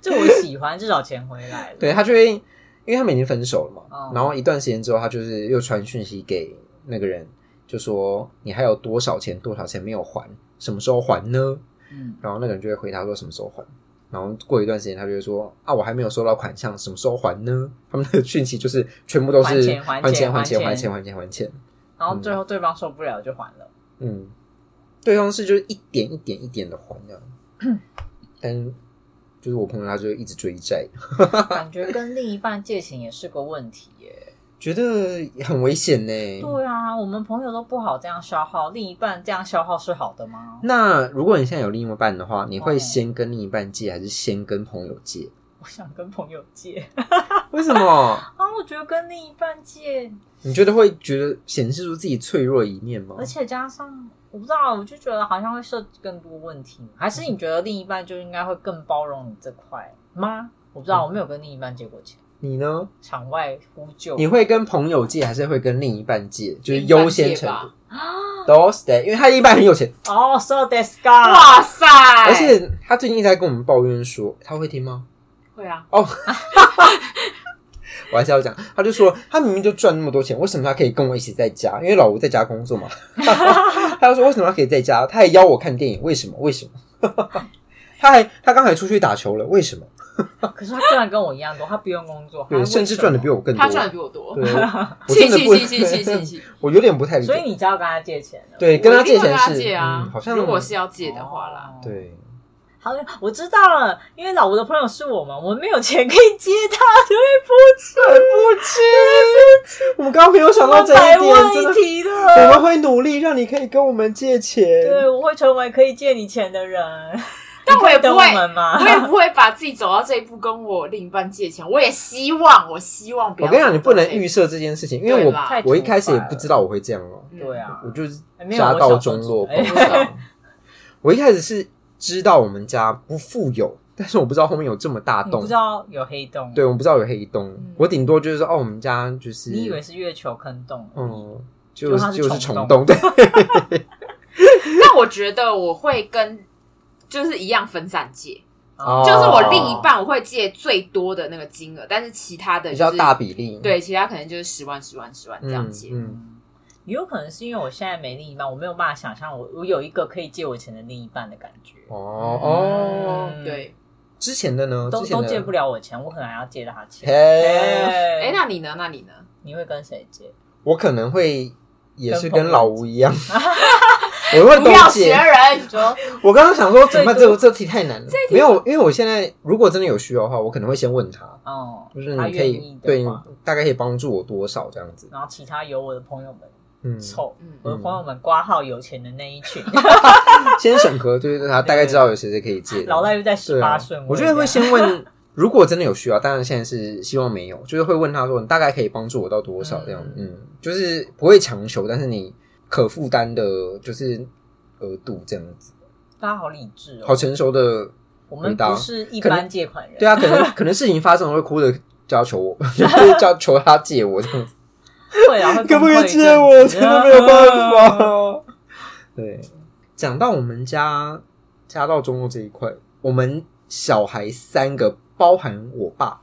[SPEAKER 2] 这我喜欢，至少钱回来了。
[SPEAKER 1] 对他就会，因为他们已经分手了嘛，
[SPEAKER 2] 哦
[SPEAKER 1] 然后一段时间之后，他就是又传讯息给那个人，就说你还有多少钱，多少钱没有还，什么时候还呢？
[SPEAKER 2] 嗯，
[SPEAKER 1] 然后那个人就会回答说什么时候还。然后过一段时间，他就会说啊，我还没有收到款项，什么时候还呢？他们的讯息就是全部都是
[SPEAKER 2] 还钱还
[SPEAKER 1] 还钱
[SPEAKER 2] 钱
[SPEAKER 1] 还钱
[SPEAKER 2] 还
[SPEAKER 1] 还
[SPEAKER 2] 钱
[SPEAKER 1] 钱还钱还钱。
[SPEAKER 2] 然后最后对方受不了就还 了。
[SPEAKER 1] 嗯，对方是就是一点一点一点的还这样，但就是我朋友他就一直追债，
[SPEAKER 2] 感觉跟另一半借钱也是个问题耶。
[SPEAKER 1] 觉得很危险呢、
[SPEAKER 2] 对啊，我们朋友都不好这样消耗，另一半这样消耗是好的吗？
[SPEAKER 1] 那如果你现在有另一半的话，你会
[SPEAKER 2] 哦
[SPEAKER 1] 先跟另一半借，还是先跟朋友借？
[SPEAKER 2] 我想跟朋友借
[SPEAKER 1] 为什么？
[SPEAKER 2] 啊，我觉得跟另一半借，
[SPEAKER 1] 你觉得会觉得显示出自己脆弱的一面吗
[SPEAKER 2] 而？且加上我不知道，我就觉得好像会涉及更多问题，还是你觉得另一半就应该会更包容你这块吗？我不
[SPEAKER 1] 嗯
[SPEAKER 2] 知道，我没有跟另一半借过钱，
[SPEAKER 1] 你呢？
[SPEAKER 2] 场外呼救
[SPEAKER 1] 你会跟朋友借，还是会跟另一半借？就是优先程度
[SPEAKER 3] 啊
[SPEAKER 1] 都是的，因为他另一半很有钱，
[SPEAKER 2] 哦、s o this guy，
[SPEAKER 3] 哇塞！
[SPEAKER 1] 而且他最近一直在跟我们抱怨说，他会听吗？
[SPEAKER 3] 会啊，
[SPEAKER 1] 我还是要讲，他就说他明明就赚那么多钱，为什么他可以跟我一起在家？因为老吴在家工作 嘛。他就说为什么他可以在家？他还邀我看电影，为什么？为什么？ 他还他刚才出去打球了，为什么？
[SPEAKER 2] 可是他赚的跟我一样多，他不用工作，他
[SPEAKER 3] 啊
[SPEAKER 1] 对，
[SPEAKER 2] 为
[SPEAKER 1] 甚至
[SPEAKER 2] 什么
[SPEAKER 1] 赚的比我更多。
[SPEAKER 3] 他赚的比我多
[SPEAKER 1] 对，。我
[SPEAKER 3] 气
[SPEAKER 1] 真的
[SPEAKER 3] 气
[SPEAKER 1] 不
[SPEAKER 3] 气气气气，气！
[SPEAKER 1] 我有点不太理
[SPEAKER 2] 所以
[SPEAKER 1] 解。
[SPEAKER 2] 你就要跟他借钱了。
[SPEAKER 1] 对，
[SPEAKER 3] 我
[SPEAKER 1] 跟他
[SPEAKER 3] 一定
[SPEAKER 1] 借
[SPEAKER 3] 会
[SPEAKER 1] 钱
[SPEAKER 3] 跟他
[SPEAKER 1] 是，
[SPEAKER 3] 借啊
[SPEAKER 1] 嗯，好像
[SPEAKER 3] 如果是要借的话啦，
[SPEAKER 2] 哦，
[SPEAKER 1] 对，
[SPEAKER 2] 好，我知道了，因为老吴的朋友是我们，我们没有钱可以接他，对不起，
[SPEAKER 1] 对不起，我们刚刚没 有想哎到这
[SPEAKER 2] 百
[SPEAKER 1] 一
[SPEAKER 2] 问
[SPEAKER 1] 点，真
[SPEAKER 2] 一
[SPEAKER 1] 的。
[SPEAKER 2] 题
[SPEAKER 1] 我
[SPEAKER 2] 了。
[SPEAKER 1] 们会努力让你可以跟我们借钱。
[SPEAKER 2] 对，我会成为可以借你钱的人，
[SPEAKER 3] 但我也
[SPEAKER 2] 你可以
[SPEAKER 3] 不
[SPEAKER 2] 等
[SPEAKER 3] 会
[SPEAKER 2] 我，们 吗
[SPEAKER 3] 我？也不会把自己走到这一步跟我另一半借钱。我也希望，我希望不
[SPEAKER 1] 我
[SPEAKER 3] 要。
[SPEAKER 1] 跟你讲，你不能预设这件事情，因为
[SPEAKER 3] 对
[SPEAKER 1] 我
[SPEAKER 3] 啦
[SPEAKER 2] 太
[SPEAKER 1] 我一
[SPEAKER 2] 突
[SPEAKER 1] 开始也
[SPEAKER 2] 发
[SPEAKER 1] 不
[SPEAKER 2] 了
[SPEAKER 1] 知道我会这样哦、
[SPEAKER 2] 对啊，
[SPEAKER 1] 我就是
[SPEAKER 2] 哎没有
[SPEAKER 1] 家
[SPEAKER 2] 我小
[SPEAKER 1] 道
[SPEAKER 2] 时候
[SPEAKER 1] 中
[SPEAKER 2] 知
[SPEAKER 1] 落
[SPEAKER 2] 哎
[SPEAKER 1] 不知道。我一开始是知道我们家不富有，但是我不知道后面有这么大
[SPEAKER 2] 你
[SPEAKER 1] 洞
[SPEAKER 2] 不知。道有黑洞，
[SPEAKER 1] 对，我不知道有黑洞，
[SPEAKER 3] 嗯
[SPEAKER 1] 我顶多就是说哦，我们家就是
[SPEAKER 2] 你以为是月球坑洞，
[SPEAKER 1] 嗯，
[SPEAKER 2] 就
[SPEAKER 1] 就
[SPEAKER 2] 它
[SPEAKER 1] 是
[SPEAKER 2] 是
[SPEAKER 1] 就是
[SPEAKER 2] 虫
[SPEAKER 1] 虫
[SPEAKER 2] 洞
[SPEAKER 1] 洞，对，
[SPEAKER 3] 但我觉得我会跟就是一样分散借，
[SPEAKER 2] 啊
[SPEAKER 1] 哦
[SPEAKER 3] 就是我另一半我会借最多的那个金额，但是其他的
[SPEAKER 1] 比
[SPEAKER 3] 就
[SPEAKER 1] 较
[SPEAKER 3] 是
[SPEAKER 1] 大比例。
[SPEAKER 3] 对，其他可能就是十万、十万、十万这样
[SPEAKER 1] 嗯，
[SPEAKER 3] 借。
[SPEAKER 1] 嗯
[SPEAKER 2] 也有可能是因为我现在没另一半，我没有办法想象我我有一个可以借我钱的另一半的感觉，
[SPEAKER 1] 哦哦，
[SPEAKER 2] 嗯，
[SPEAKER 3] 对，
[SPEAKER 1] 之前的呢？
[SPEAKER 2] 都
[SPEAKER 1] 之前
[SPEAKER 2] 都
[SPEAKER 1] 的
[SPEAKER 2] 借不了我钱，我可能还要借他钱。
[SPEAKER 1] 嘿，
[SPEAKER 2] 哎
[SPEAKER 3] 哎，那你呢？那你呢？
[SPEAKER 2] 你会跟谁借？
[SPEAKER 1] 我可能会也是
[SPEAKER 2] 跟朋友
[SPEAKER 1] 跟老吴一样， 我会
[SPEAKER 3] 不
[SPEAKER 1] 都
[SPEAKER 3] 要学
[SPEAKER 1] 借。
[SPEAKER 3] 人，
[SPEAKER 2] 说
[SPEAKER 1] 我刚刚想说，怎么办？
[SPEAKER 2] 最
[SPEAKER 1] 这
[SPEAKER 2] 多
[SPEAKER 1] 这题太难了。没有，因为我现在如果真的有需要的话，我可能会先问他，
[SPEAKER 2] 哦，
[SPEAKER 1] 就是
[SPEAKER 2] 他
[SPEAKER 1] 你可
[SPEAKER 2] 愿
[SPEAKER 1] 以
[SPEAKER 2] 意
[SPEAKER 1] 对
[SPEAKER 2] 的
[SPEAKER 1] 你
[SPEAKER 2] 话，
[SPEAKER 1] 大概可以帮助我多少这样子。
[SPEAKER 2] 然后其他有我的朋友们
[SPEAKER 1] 嗯，
[SPEAKER 2] 凑，
[SPEAKER 3] 嗯
[SPEAKER 2] 我的朋友们挂号有钱的那一 群，
[SPEAKER 1] 先审核，对对对，他大概知道有谁谁可以借。
[SPEAKER 2] 老赖又在
[SPEAKER 1] 对
[SPEAKER 2] 十
[SPEAKER 1] 啊
[SPEAKER 2] 八顺位，
[SPEAKER 1] 我觉得会先问，如果真的有需要，当然现在是希望没有，就是会问他说你大概可以帮助我到多少这样，嗯，就是不会强求，但是你可负担的，就是额度这样子，
[SPEAKER 2] 大家好理智
[SPEAKER 1] 好
[SPEAKER 2] 哦，
[SPEAKER 1] 成熟的，
[SPEAKER 2] 我们
[SPEAKER 1] 回答
[SPEAKER 2] 不是一
[SPEAKER 1] 可
[SPEAKER 2] 般
[SPEAKER 1] 能
[SPEAKER 2] 借款人，
[SPEAKER 1] 对啊，可 能可能事情发生了会哭的。就要求我， 就是叫求他借我这样子，
[SPEAKER 2] 会啊，会
[SPEAKER 1] 可不
[SPEAKER 2] 崩
[SPEAKER 1] 可
[SPEAKER 2] 溃
[SPEAKER 1] 以
[SPEAKER 2] 一
[SPEAKER 1] 借
[SPEAKER 2] 阵
[SPEAKER 1] 我？
[SPEAKER 2] 子
[SPEAKER 1] 真的没有办。法。对，讲到我们家家道中落这一块，我们小孩三个，包含我爸，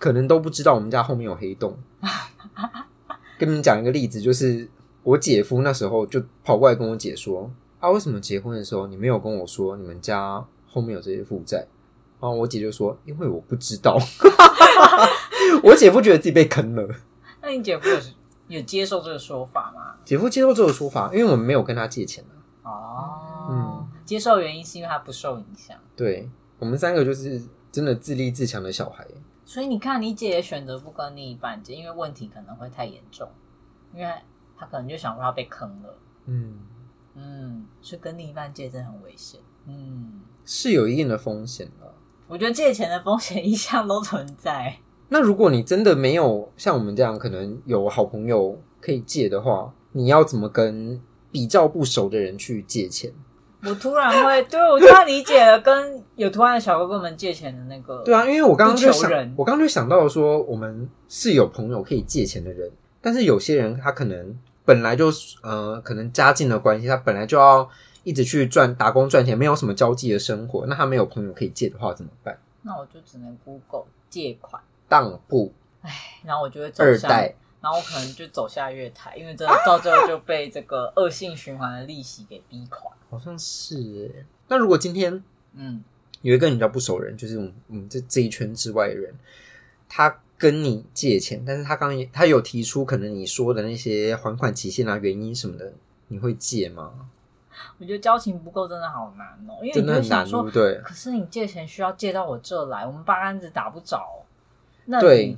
[SPEAKER 1] 可能都不知道我们家后面有黑洞。跟你们讲一个例子，就是我姐夫那时候就跑过来跟我姐说：“啊，为什么结婚的时候你没有跟我说你们家后面有这些负债？”然后我姐就说：“因为我不知道。” 我姐夫觉得自己被坑了。
[SPEAKER 2] 那你姐夫有有接受这个说法吗？
[SPEAKER 1] 姐夫接受这个说法，因为我们没有跟他借钱啊
[SPEAKER 2] 哦
[SPEAKER 1] 嗯，
[SPEAKER 2] 接受原因是因为他不受影响，
[SPEAKER 1] 对我们三个就是真的自立自强的小孩。
[SPEAKER 2] 所以你看，你姐也选择不跟另一半借，因为问题可能会太严重，因为他可能就想说他被坑了。
[SPEAKER 1] 嗯，
[SPEAKER 2] 嗯，所以跟另一半借真的很危险。嗯，
[SPEAKER 1] 是有一定的风险的。
[SPEAKER 2] 我觉得借钱的风险一向都存在。
[SPEAKER 1] 那如果你真的没有像我们这样，可能有好朋友可以借的话，你要怎么跟比较不熟的人去借钱？
[SPEAKER 2] 我突然会，对我突然理解了，跟有图案的小哥哥们借钱的那个，
[SPEAKER 1] 对啊，因为我刚刚就
[SPEAKER 2] 不求
[SPEAKER 1] 想
[SPEAKER 2] 人，
[SPEAKER 1] 我刚刚就想到说，我们是有朋友可以借钱的人，但是有些人他可能本来就呃，可能家境的关系，他本来就要一直去赚打工赚钱，没有什么交际的生活，那他没有朋友可以借的话怎么办？
[SPEAKER 2] 那我就只能 Google 借款，
[SPEAKER 1] 当铺
[SPEAKER 2] 然后我就会走
[SPEAKER 1] 二
[SPEAKER 2] 向，
[SPEAKER 1] 代，
[SPEAKER 2] 然后我可能就走下月台，因为真的到最后就被这个恶性循环的利息给逼垮。
[SPEAKER 1] 好像是耶。那如果今天
[SPEAKER 2] 嗯，
[SPEAKER 1] 有一个你比较不熟的人，就是我们我们这这一圈之外的人，他跟你借钱，但是他刚也他有提出可能你说的那些还款期限啊、原因什么的，你会借吗？
[SPEAKER 2] 我觉得交情不够真的好难哦，因为
[SPEAKER 1] 真
[SPEAKER 2] 你
[SPEAKER 1] 的
[SPEAKER 2] 就
[SPEAKER 1] 很难，
[SPEAKER 2] 想
[SPEAKER 1] 对
[SPEAKER 2] 说
[SPEAKER 1] 不，对？
[SPEAKER 2] 可是你借钱需要借到我这来，我们八竿子打不着。那
[SPEAKER 1] 对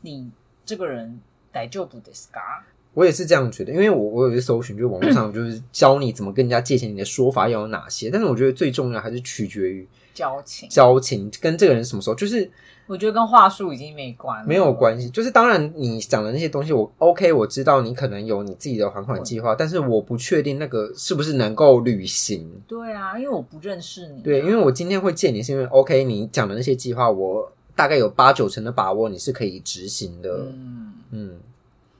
[SPEAKER 2] 你你这个人逮就不得 scar，
[SPEAKER 1] 我也是这样觉得，因为我我有去搜寻，就是网络上就是教你怎么跟人家借钱，你的说法要有哪些。但是我觉得最重要还是取决于
[SPEAKER 2] 交情，
[SPEAKER 1] 交情跟这个人什么时候，就是
[SPEAKER 2] 我觉得跟话术已经没关了，
[SPEAKER 1] 没有关系。就是当然你讲的那些东西，我 OK，我知道你可能有你自己的还款计划，但是我不确定那个是不是能够履行。
[SPEAKER 2] 对啊，因为我不认识你啊、
[SPEAKER 1] 对，因为我今天会借你，是因为 OK，你讲的那些计划，我大概有八九成的把握你是可以执行的。
[SPEAKER 2] 嗯，
[SPEAKER 1] 嗯，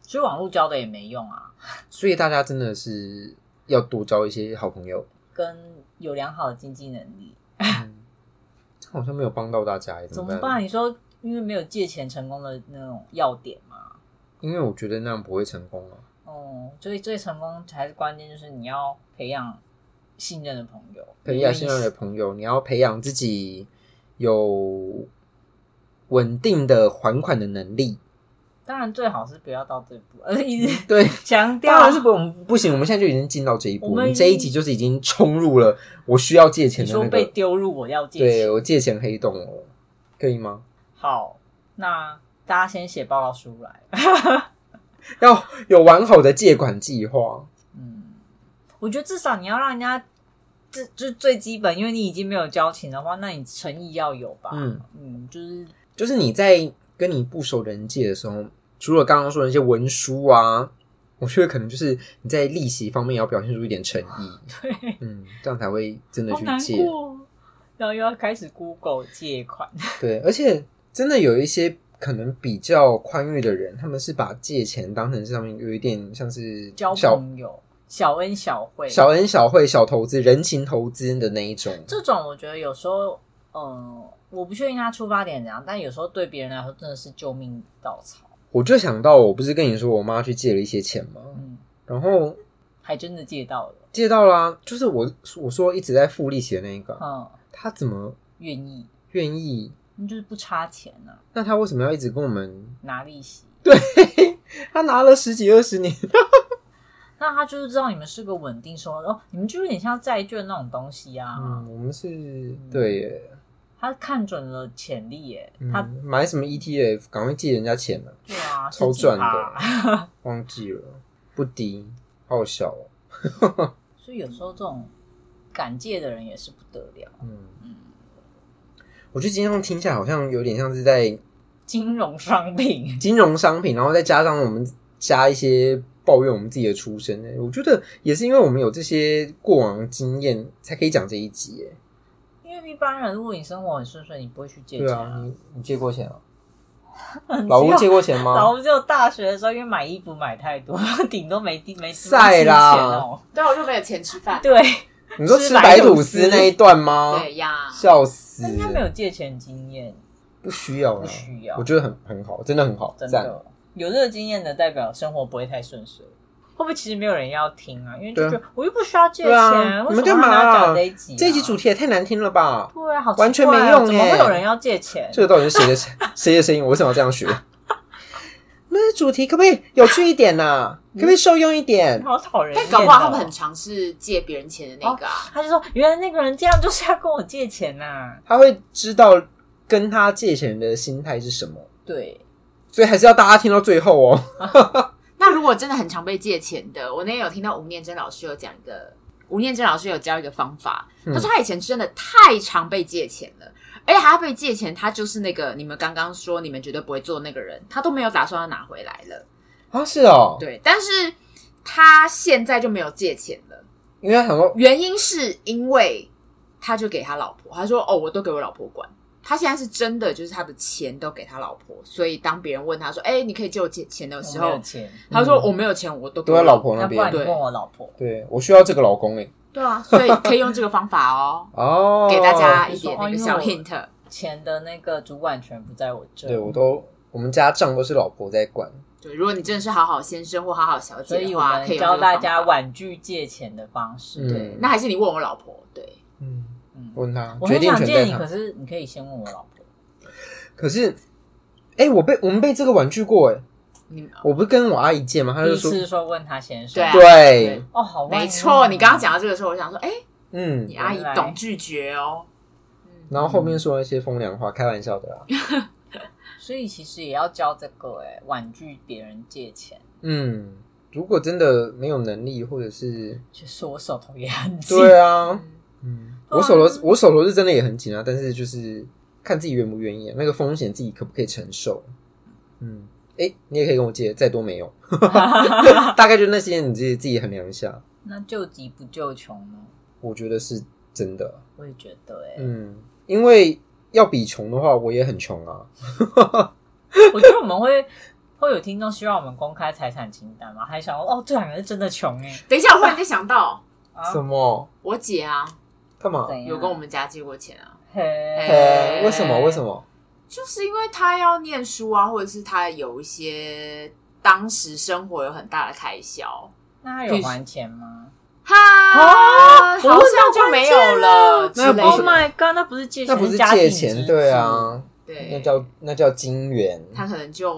[SPEAKER 2] 所以网络交的也没用啊，
[SPEAKER 1] 所以大家真的是要多交一些好朋友。
[SPEAKER 2] 跟有良好的经济能力
[SPEAKER 1] 好像没有帮到大家耶，
[SPEAKER 2] 怎
[SPEAKER 1] 么
[SPEAKER 2] 么办？你说因为没有借钱成功的那种要点嘛，
[SPEAKER 1] 因为我觉得那样不会成功啊。
[SPEAKER 2] 哦、所以最成功还是关键就是你要培养信任的朋友，
[SPEAKER 1] 培
[SPEAKER 2] 愿
[SPEAKER 1] 养
[SPEAKER 2] 意
[SPEAKER 1] 信任的朋友，你要培养自己有稳定的还款的能力。
[SPEAKER 2] 当然最好是不要到这一步， 而且一直
[SPEAKER 1] 对，
[SPEAKER 2] 强调
[SPEAKER 1] 嗯当然是不我们不行，我们现在就已经进到这一步，
[SPEAKER 2] 啊我
[SPEAKER 1] 我
[SPEAKER 2] 们
[SPEAKER 1] 们这一集就是已经冲入了我需要借钱
[SPEAKER 2] 你
[SPEAKER 1] 的
[SPEAKER 2] 说
[SPEAKER 1] 那
[SPEAKER 2] 被
[SPEAKER 1] 个，
[SPEAKER 2] 丢入我要借
[SPEAKER 1] 对
[SPEAKER 2] 钱。
[SPEAKER 1] 我借钱黑洞哦，可以吗？
[SPEAKER 2] 好，那大家先写报告书来。
[SPEAKER 1] 要有完好的借款计划，
[SPEAKER 2] 嗯，我觉得至少你要让人家，这这最基本，因为你已经没有交情的话，那你诚意要有吧。
[SPEAKER 1] 嗯
[SPEAKER 2] 嗯，就是
[SPEAKER 1] 就是你在跟你不熟的人借的时候，除了刚刚说的那些文书啊，我觉得可能就是你在利息方面也要表现出一点诚意，
[SPEAKER 2] 对，
[SPEAKER 1] 嗯，这样才会真的
[SPEAKER 2] 好
[SPEAKER 1] 去
[SPEAKER 2] 难
[SPEAKER 1] 借。
[SPEAKER 2] 过哦，然后又要开始 Google 借款，
[SPEAKER 1] 对，而且真的有一些可能比较宽裕的人，他们是把借钱当成上面有一点像是
[SPEAKER 2] 交
[SPEAKER 1] 小
[SPEAKER 2] 朋友，小恩小惠，
[SPEAKER 1] 小恩小惠、小投资、人情投资的那一种。
[SPEAKER 2] 这种我觉得有时候，嗯，我不确定他出发点怎样，但有时候对别人来说真的是救命稻草。
[SPEAKER 1] 我就想到，我不是跟你说我妈去借了一些钱吗？
[SPEAKER 2] 嗯，
[SPEAKER 1] 然后
[SPEAKER 2] 还真的借到了，
[SPEAKER 1] 借到啦、就是我我说一直在付利息的那一个啊，
[SPEAKER 2] 嗯，
[SPEAKER 1] 她怎么
[SPEAKER 2] 愿意，
[SPEAKER 1] 愿意？
[SPEAKER 2] 那就是不差钱啊，
[SPEAKER 1] 那她为什么要一直跟我们？
[SPEAKER 2] 拿利息。
[SPEAKER 1] 她拿了十几二十年，
[SPEAKER 2] 那他就是知道你们是个稳定收入，哦，你们就有点像债券那种东西啊。
[SPEAKER 1] 嗯，我们是对耶，
[SPEAKER 2] 他看准了潜力耶，
[SPEAKER 1] 嗯
[SPEAKER 2] 他，
[SPEAKER 1] 买什么 ETF，赶快借人家钱呢、
[SPEAKER 2] 对啊，
[SPEAKER 1] 超
[SPEAKER 2] 自己
[SPEAKER 1] 赚
[SPEAKER 2] 吧。
[SPEAKER 1] 的，忘记了，不低，好小、哦，
[SPEAKER 2] 所以有时候这种敢借的人也是不得了，
[SPEAKER 1] 嗯，我觉得今天这样听起来好像有点像是在
[SPEAKER 2] 金融商品。
[SPEAKER 1] 金融商品，然后再加上我们加一些抱怨我们自己的出身，我觉得也是因为我们有这些过往经验，才可以讲这一集耶。
[SPEAKER 2] 因为一般人，如果你生活很顺遂，你不会去借
[SPEAKER 1] 对
[SPEAKER 2] 钱
[SPEAKER 1] 啊，
[SPEAKER 2] 啊。
[SPEAKER 1] 你你借过钱啊？
[SPEAKER 2] 很
[SPEAKER 1] 老吴
[SPEAKER 2] 只
[SPEAKER 1] 借
[SPEAKER 2] 有
[SPEAKER 1] 过钱吗？
[SPEAKER 2] 老吴只有大学的时候，因为买衣服买太多， 顶多没地没
[SPEAKER 1] 晒啦
[SPEAKER 2] 没钱哦。
[SPEAKER 3] 对啊，我就没有钱吃饭。
[SPEAKER 2] 对，
[SPEAKER 1] 你说吃白吐司那一段吗？
[SPEAKER 3] 对呀，
[SPEAKER 1] 笑死
[SPEAKER 2] 那！应该没有借钱经验，
[SPEAKER 1] 不需要啦，
[SPEAKER 2] 不需要
[SPEAKER 1] 我觉得很很好，真的很好，
[SPEAKER 2] 真
[SPEAKER 1] 赞
[SPEAKER 2] 的有这个经验的，代表生活不会太顺遂。会不会其实没有人要听啊？因为就
[SPEAKER 1] 对啊
[SPEAKER 2] 觉得我又不需要借钱，
[SPEAKER 1] 对啊你们
[SPEAKER 2] 为什么要
[SPEAKER 1] 干嘛啊
[SPEAKER 2] 讲这一集、
[SPEAKER 1] 这一集主。题也太难听了吧？
[SPEAKER 2] 对啊，好奇怪哦
[SPEAKER 1] 完全没用
[SPEAKER 2] 怎么会
[SPEAKER 1] 耶
[SPEAKER 2] 有人要借钱？
[SPEAKER 1] 这个到底是谁的谁的声音？我为什么要这样学？那主题可不可以有趣一点呐、可不可以受用一点？
[SPEAKER 2] 好讨人厌
[SPEAKER 3] 但
[SPEAKER 2] 哦。
[SPEAKER 3] 搞不
[SPEAKER 1] 啊
[SPEAKER 3] 好他们很常是借别人钱的那个
[SPEAKER 1] 哦
[SPEAKER 3] 啊。
[SPEAKER 2] 他就说，原来那个人这样就是要跟我借钱呐、
[SPEAKER 1] 他会知道跟他借钱的心态是什么，
[SPEAKER 2] 对，
[SPEAKER 1] 所以还是要大家听到最后哦。
[SPEAKER 3] 那如果真的很常被借钱的，我那天有听到吴念真老师有讲一个吴念真老师有教一个方法，
[SPEAKER 1] 嗯
[SPEAKER 3] 他说他以前真的太常被借钱了，而且他被借钱，他就是那个你们刚刚说你们绝对不会做那个人，他都没有打算要拿回来了。
[SPEAKER 1] 啊，是哦，
[SPEAKER 3] 对，但是他现在就没有借钱了，
[SPEAKER 1] 因为他想说，
[SPEAKER 3] 原因是因为他就给他老婆，他说哦，我都给我老婆管。他现在是真的，就是他的钱都给他老婆，所以当别人问他说：“哎、你可以借我借钱的时
[SPEAKER 2] 哦我没有
[SPEAKER 3] 候，
[SPEAKER 2] 钱，
[SPEAKER 3] 他说
[SPEAKER 1] 嗯
[SPEAKER 3] 我没有钱，我都给
[SPEAKER 1] 都在
[SPEAKER 3] 我
[SPEAKER 1] 啊老婆
[SPEAKER 2] 那
[SPEAKER 1] 那
[SPEAKER 2] 不然
[SPEAKER 1] 边
[SPEAKER 2] 你，
[SPEAKER 3] 对
[SPEAKER 2] 问我老婆，
[SPEAKER 1] 对我需要这个老公哎，，
[SPEAKER 3] 对啊，所以可以用这个方法 哦
[SPEAKER 1] 哦，
[SPEAKER 3] 给大家一点那个小
[SPEAKER 2] 哦因为我
[SPEAKER 3] hint。
[SPEAKER 2] 钱的那个主管权不在我这，
[SPEAKER 1] 对我都我们家账都是老婆在管，
[SPEAKER 3] 对，如果你真的是好好先生或好好小
[SPEAKER 2] 所
[SPEAKER 3] 姐
[SPEAKER 2] 以
[SPEAKER 3] 的
[SPEAKER 2] 我
[SPEAKER 3] 话，
[SPEAKER 2] 们
[SPEAKER 3] 可以用这
[SPEAKER 2] 教
[SPEAKER 3] 个
[SPEAKER 2] 大家
[SPEAKER 3] 方法。
[SPEAKER 2] 婉拒借钱的方式。
[SPEAKER 1] 嗯
[SPEAKER 3] 对，那还是你问我老婆。对，
[SPEAKER 1] 嗯，
[SPEAKER 2] 嗯，
[SPEAKER 1] 问他
[SPEAKER 2] 我
[SPEAKER 1] 决
[SPEAKER 2] 很
[SPEAKER 1] 定
[SPEAKER 2] 想
[SPEAKER 1] 权
[SPEAKER 2] 借
[SPEAKER 1] 在
[SPEAKER 2] 你，
[SPEAKER 1] 他
[SPEAKER 2] 可，是你可以先问我老婆。
[SPEAKER 1] 可是，哎、我被我们被这个婉拒过哎，
[SPEAKER 3] 你
[SPEAKER 1] 我不是跟我阿姨借吗？她
[SPEAKER 2] 第
[SPEAKER 1] 就
[SPEAKER 2] 一
[SPEAKER 1] 说，
[SPEAKER 2] 次说问他先生，
[SPEAKER 3] 对啊
[SPEAKER 1] 对，
[SPEAKER 2] 哦，好万一哦，
[SPEAKER 3] 没错，你刚刚讲到这个时候，我想说，哎，
[SPEAKER 1] 嗯
[SPEAKER 3] 你，阿姨
[SPEAKER 2] 原来
[SPEAKER 3] 懂拒绝哦。
[SPEAKER 1] 然后后面说那些风凉话，开玩笑的
[SPEAKER 2] 嗯
[SPEAKER 1] 啦，
[SPEAKER 2] 所以其实也要教这个哎、婉拒别人借钱。
[SPEAKER 1] 嗯，如果真的没有能力，或者是
[SPEAKER 2] 其实我手头也很紧，
[SPEAKER 1] 对啊，
[SPEAKER 3] 嗯
[SPEAKER 1] 嗯，
[SPEAKER 2] 对啊
[SPEAKER 1] 我手头我手头是真的也很紧啊，但是就是看自己愿不愿意啊，那个风险自己可不可以承受，嗯。哎、你也可以跟我借，再多没 有， 大概就那些，你自己自己衡量一下。
[SPEAKER 2] 那救急不救穷呢？
[SPEAKER 1] 我觉得是真的，
[SPEAKER 2] 我也觉得哎、
[SPEAKER 1] 嗯，因为要比穷的话，我也很穷啊。
[SPEAKER 2] 我觉得我们会会有听众希望我们公开财产清单嘛，还想说哦，这两个人真的穷哎、
[SPEAKER 3] 等一下，我忽然间想到，
[SPEAKER 2] 啊，
[SPEAKER 1] 什么？
[SPEAKER 3] 我姐啊，
[SPEAKER 1] 干嘛？
[SPEAKER 2] 怎样？
[SPEAKER 3] 有跟我们家借过钱啊，
[SPEAKER 2] 嘿，
[SPEAKER 1] 呃，为什么？为什么？
[SPEAKER 3] 就是因为她要念书啊，或者是她有一些当时生活有很大的开销。
[SPEAKER 2] 那他有还钱吗
[SPEAKER 3] 哈，好
[SPEAKER 2] 我问
[SPEAKER 3] 像就没有了之
[SPEAKER 1] 那
[SPEAKER 3] 类
[SPEAKER 1] 不
[SPEAKER 3] 的。
[SPEAKER 1] 是
[SPEAKER 2] ？Oh my god，那不是借钱，
[SPEAKER 1] 那不是
[SPEAKER 2] 家
[SPEAKER 1] 借
[SPEAKER 2] 庭
[SPEAKER 1] 钱，
[SPEAKER 2] 支
[SPEAKER 1] 对啊，那
[SPEAKER 3] 对，
[SPEAKER 1] 叫那叫金元，
[SPEAKER 3] 他可能就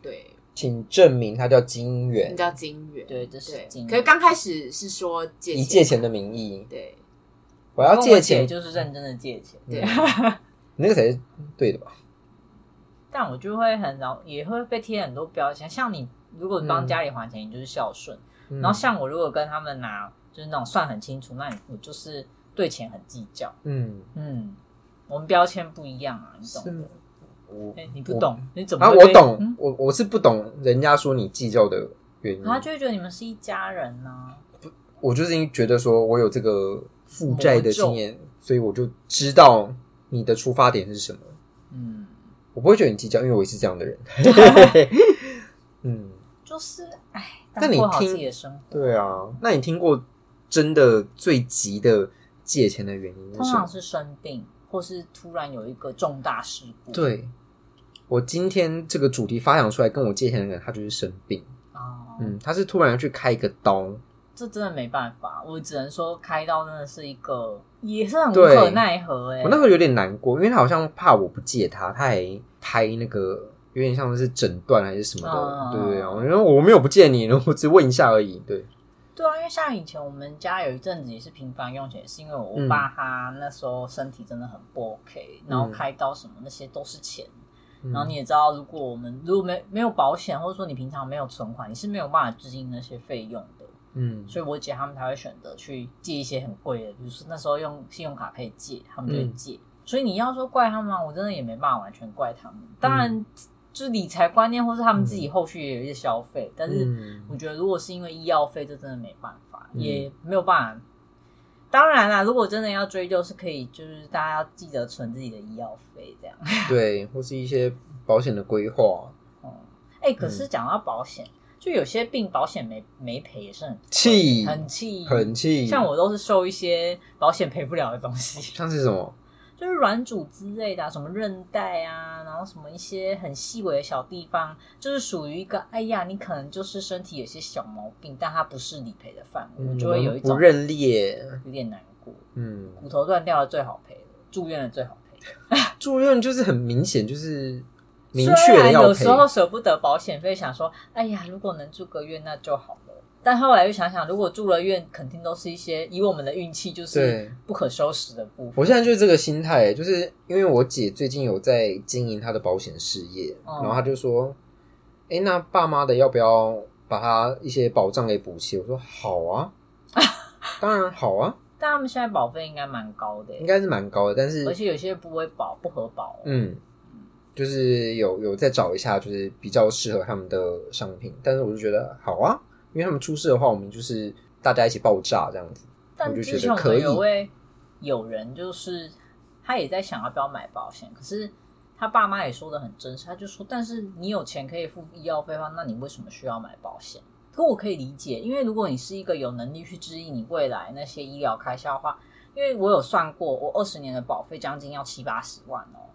[SPEAKER 3] 对，
[SPEAKER 1] 请证明它叫金
[SPEAKER 3] 那
[SPEAKER 1] 元，
[SPEAKER 3] 叫金元。
[SPEAKER 2] 出，对，这是
[SPEAKER 3] 对
[SPEAKER 2] 金。，
[SPEAKER 3] 可是刚开始是说借
[SPEAKER 1] 以借钱的名义，
[SPEAKER 3] 对
[SPEAKER 1] 我
[SPEAKER 2] 我
[SPEAKER 1] 要
[SPEAKER 2] 跟我
[SPEAKER 1] 借
[SPEAKER 2] 姐
[SPEAKER 1] 钱，
[SPEAKER 2] 就是认真的借
[SPEAKER 1] 嗯
[SPEAKER 2] 钱，
[SPEAKER 3] 对，
[SPEAKER 1] 你那个才是对的吧？
[SPEAKER 2] 但我就会很然后也会被贴很多标签，像你如果帮家里还钱，你就是孝顺；
[SPEAKER 1] 嗯
[SPEAKER 2] 然后像我如果跟他们拿，就是那种算很清楚，那你我就是对钱很计较。
[SPEAKER 1] 嗯，
[SPEAKER 2] 嗯，我们标签不一样啊，你懂
[SPEAKER 1] 是
[SPEAKER 2] 的
[SPEAKER 1] 吗。我
[SPEAKER 2] 哎、你不懂，你怎么
[SPEAKER 1] 啊，
[SPEAKER 2] 会
[SPEAKER 1] 我
[SPEAKER 2] 被
[SPEAKER 1] 懂
[SPEAKER 2] 嗯，
[SPEAKER 1] 我我是不懂人家说你计较的原因，
[SPEAKER 2] 他就会觉得你们是一家人啊呐、
[SPEAKER 1] 我就是因为觉得说我有这个负债的经验，所以我就知道你的出发点是什么。
[SPEAKER 2] 嗯，
[SPEAKER 1] 我不会觉得你计较，因为我也是这样 的人。嗯，
[SPEAKER 2] 就是哎，
[SPEAKER 1] 但你
[SPEAKER 2] 过好
[SPEAKER 1] 听
[SPEAKER 2] 自己的生活。
[SPEAKER 1] 对啊。那你听过真的最急的借钱的原因是
[SPEAKER 2] 通
[SPEAKER 1] 什
[SPEAKER 2] 常
[SPEAKER 1] 么？
[SPEAKER 2] 是生病，或是突然有一个重大事故。
[SPEAKER 1] 对，我今天这个主题发想出来，跟我借钱的人他就是生病。
[SPEAKER 2] 哦，
[SPEAKER 1] 嗯，他是突然要去开一个刀，
[SPEAKER 2] 这真的没办法，我只能说开刀真的是一个也是很无
[SPEAKER 1] 对
[SPEAKER 2] 可奈何哎、
[SPEAKER 1] 我那时候有点难过，因为他好像怕我不借他，他还拍那个有点像是诊断还是什么
[SPEAKER 2] 嗯
[SPEAKER 1] 的，对对对。我说我没有不借你，然后我只问一下而已。对，
[SPEAKER 2] 对啊，因为像以前我们家有一阵子也是频繁用钱，是因为我
[SPEAKER 1] 嗯
[SPEAKER 2] 爸他那时候身体真的很不 OK，、然后
[SPEAKER 1] 嗯
[SPEAKER 2] 开刀什么那些都是钱。
[SPEAKER 1] 嗯
[SPEAKER 2] 然后你也知道，如果我们如果没没有保险，或者说你平常没有存款，你是没有办法支应那些费用的。
[SPEAKER 1] 嗯
[SPEAKER 2] 所以我姐他们才会选择去借一些很贵的，比如说那时候用信用卡可以借，他们
[SPEAKER 1] 嗯
[SPEAKER 2] 就会借。所以你要说怪他们啊，我真的也没办法完全怪他们。当
[SPEAKER 1] 嗯
[SPEAKER 2] 然，就是理财观念或是他们自己后续也有一些消费，但是
[SPEAKER 1] 嗯
[SPEAKER 2] 我觉得如果是因为医药费，这真的没办法，
[SPEAKER 1] 嗯
[SPEAKER 2] 也没有办法。当然啦，如果真的要追究，是可以，就是大家要记得存自己的医药费这样。
[SPEAKER 1] 对，或是一些保险的规划，
[SPEAKER 2] 哦、哎、可
[SPEAKER 1] 嗯
[SPEAKER 2] 是讲到保险，就有些病保险没没赔也是很
[SPEAKER 1] 气
[SPEAKER 2] 很气
[SPEAKER 1] 很气，
[SPEAKER 2] 嗯像我都是收一些保险赔不了的东西，
[SPEAKER 1] 像是什么，
[SPEAKER 2] 就是软组之类的啊、什么韧带啊，然后什么一些很细微的小地方，就是属于一个，哎呀，你可能就是身体有些小毛病，但它不是理赔的范围，我
[SPEAKER 1] 嗯
[SPEAKER 2] 就会有一
[SPEAKER 1] 不
[SPEAKER 2] 种
[SPEAKER 1] 认列，
[SPEAKER 2] 有点难过。
[SPEAKER 1] 嗯，
[SPEAKER 2] 骨头断掉了最好赔了，住院了最好赔。
[SPEAKER 1] 住院就是很明显，就是明
[SPEAKER 2] 虽
[SPEAKER 1] 确的
[SPEAKER 2] 然
[SPEAKER 1] 要
[SPEAKER 2] 有
[SPEAKER 1] 赔
[SPEAKER 2] 时，候舍不得保险费，想说，哎呀，如果能住个院那就好了。但后来又想想，如果住了院，肯定都是一些以我们的运气，就是
[SPEAKER 1] 对
[SPEAKER 2] 不可收拾的部分。
[SPEAKER 1] 我现在就是这个心态，就是因为我姐最近有在经营她的保险事业，
[SPEAKER 2] 哦
[SPEAKER 1] 然后她就说：“哎、那 爸妈的要不要把她一些保障给补齐？”我说：“好啊。”当然好啊，
[SPEAKER 2] 但他们现在保费应该蛮高的耶，欸
[SPEAKER 1] 应该是蛮高的，但是
[SPEAKER 2] 而且有些不会保，不核保哦、
[SPEAKER 1] 嗯，就是有有再找一下，就是比较适合他们的商品。但是我就觉得好啊，因为他们出事的话，我们就是大家一起爆炸这样子。
[SPEAKER 2] 但
[SPEAKER 1] 我就觉
[SPEAKER 2] 之
[SPEAKER 1] 得
[SPEAKER 2] 前我
[SPEAKER 1] 可
[SPEAKER 2] 们
[SPEAKER 1] 以
[SPEAKER 2] 有位友人，就是他也在想要不要买保险，可是他爸妈也说的很真实，他就说：“但是你有钱可以付医药费的话，那你为什么需要买保险？”可我可以理解，因为如果你是一个有能力去支应你未来那些医疗开销的话，因为我有算过，我二十年的保费将近要七八十万哦。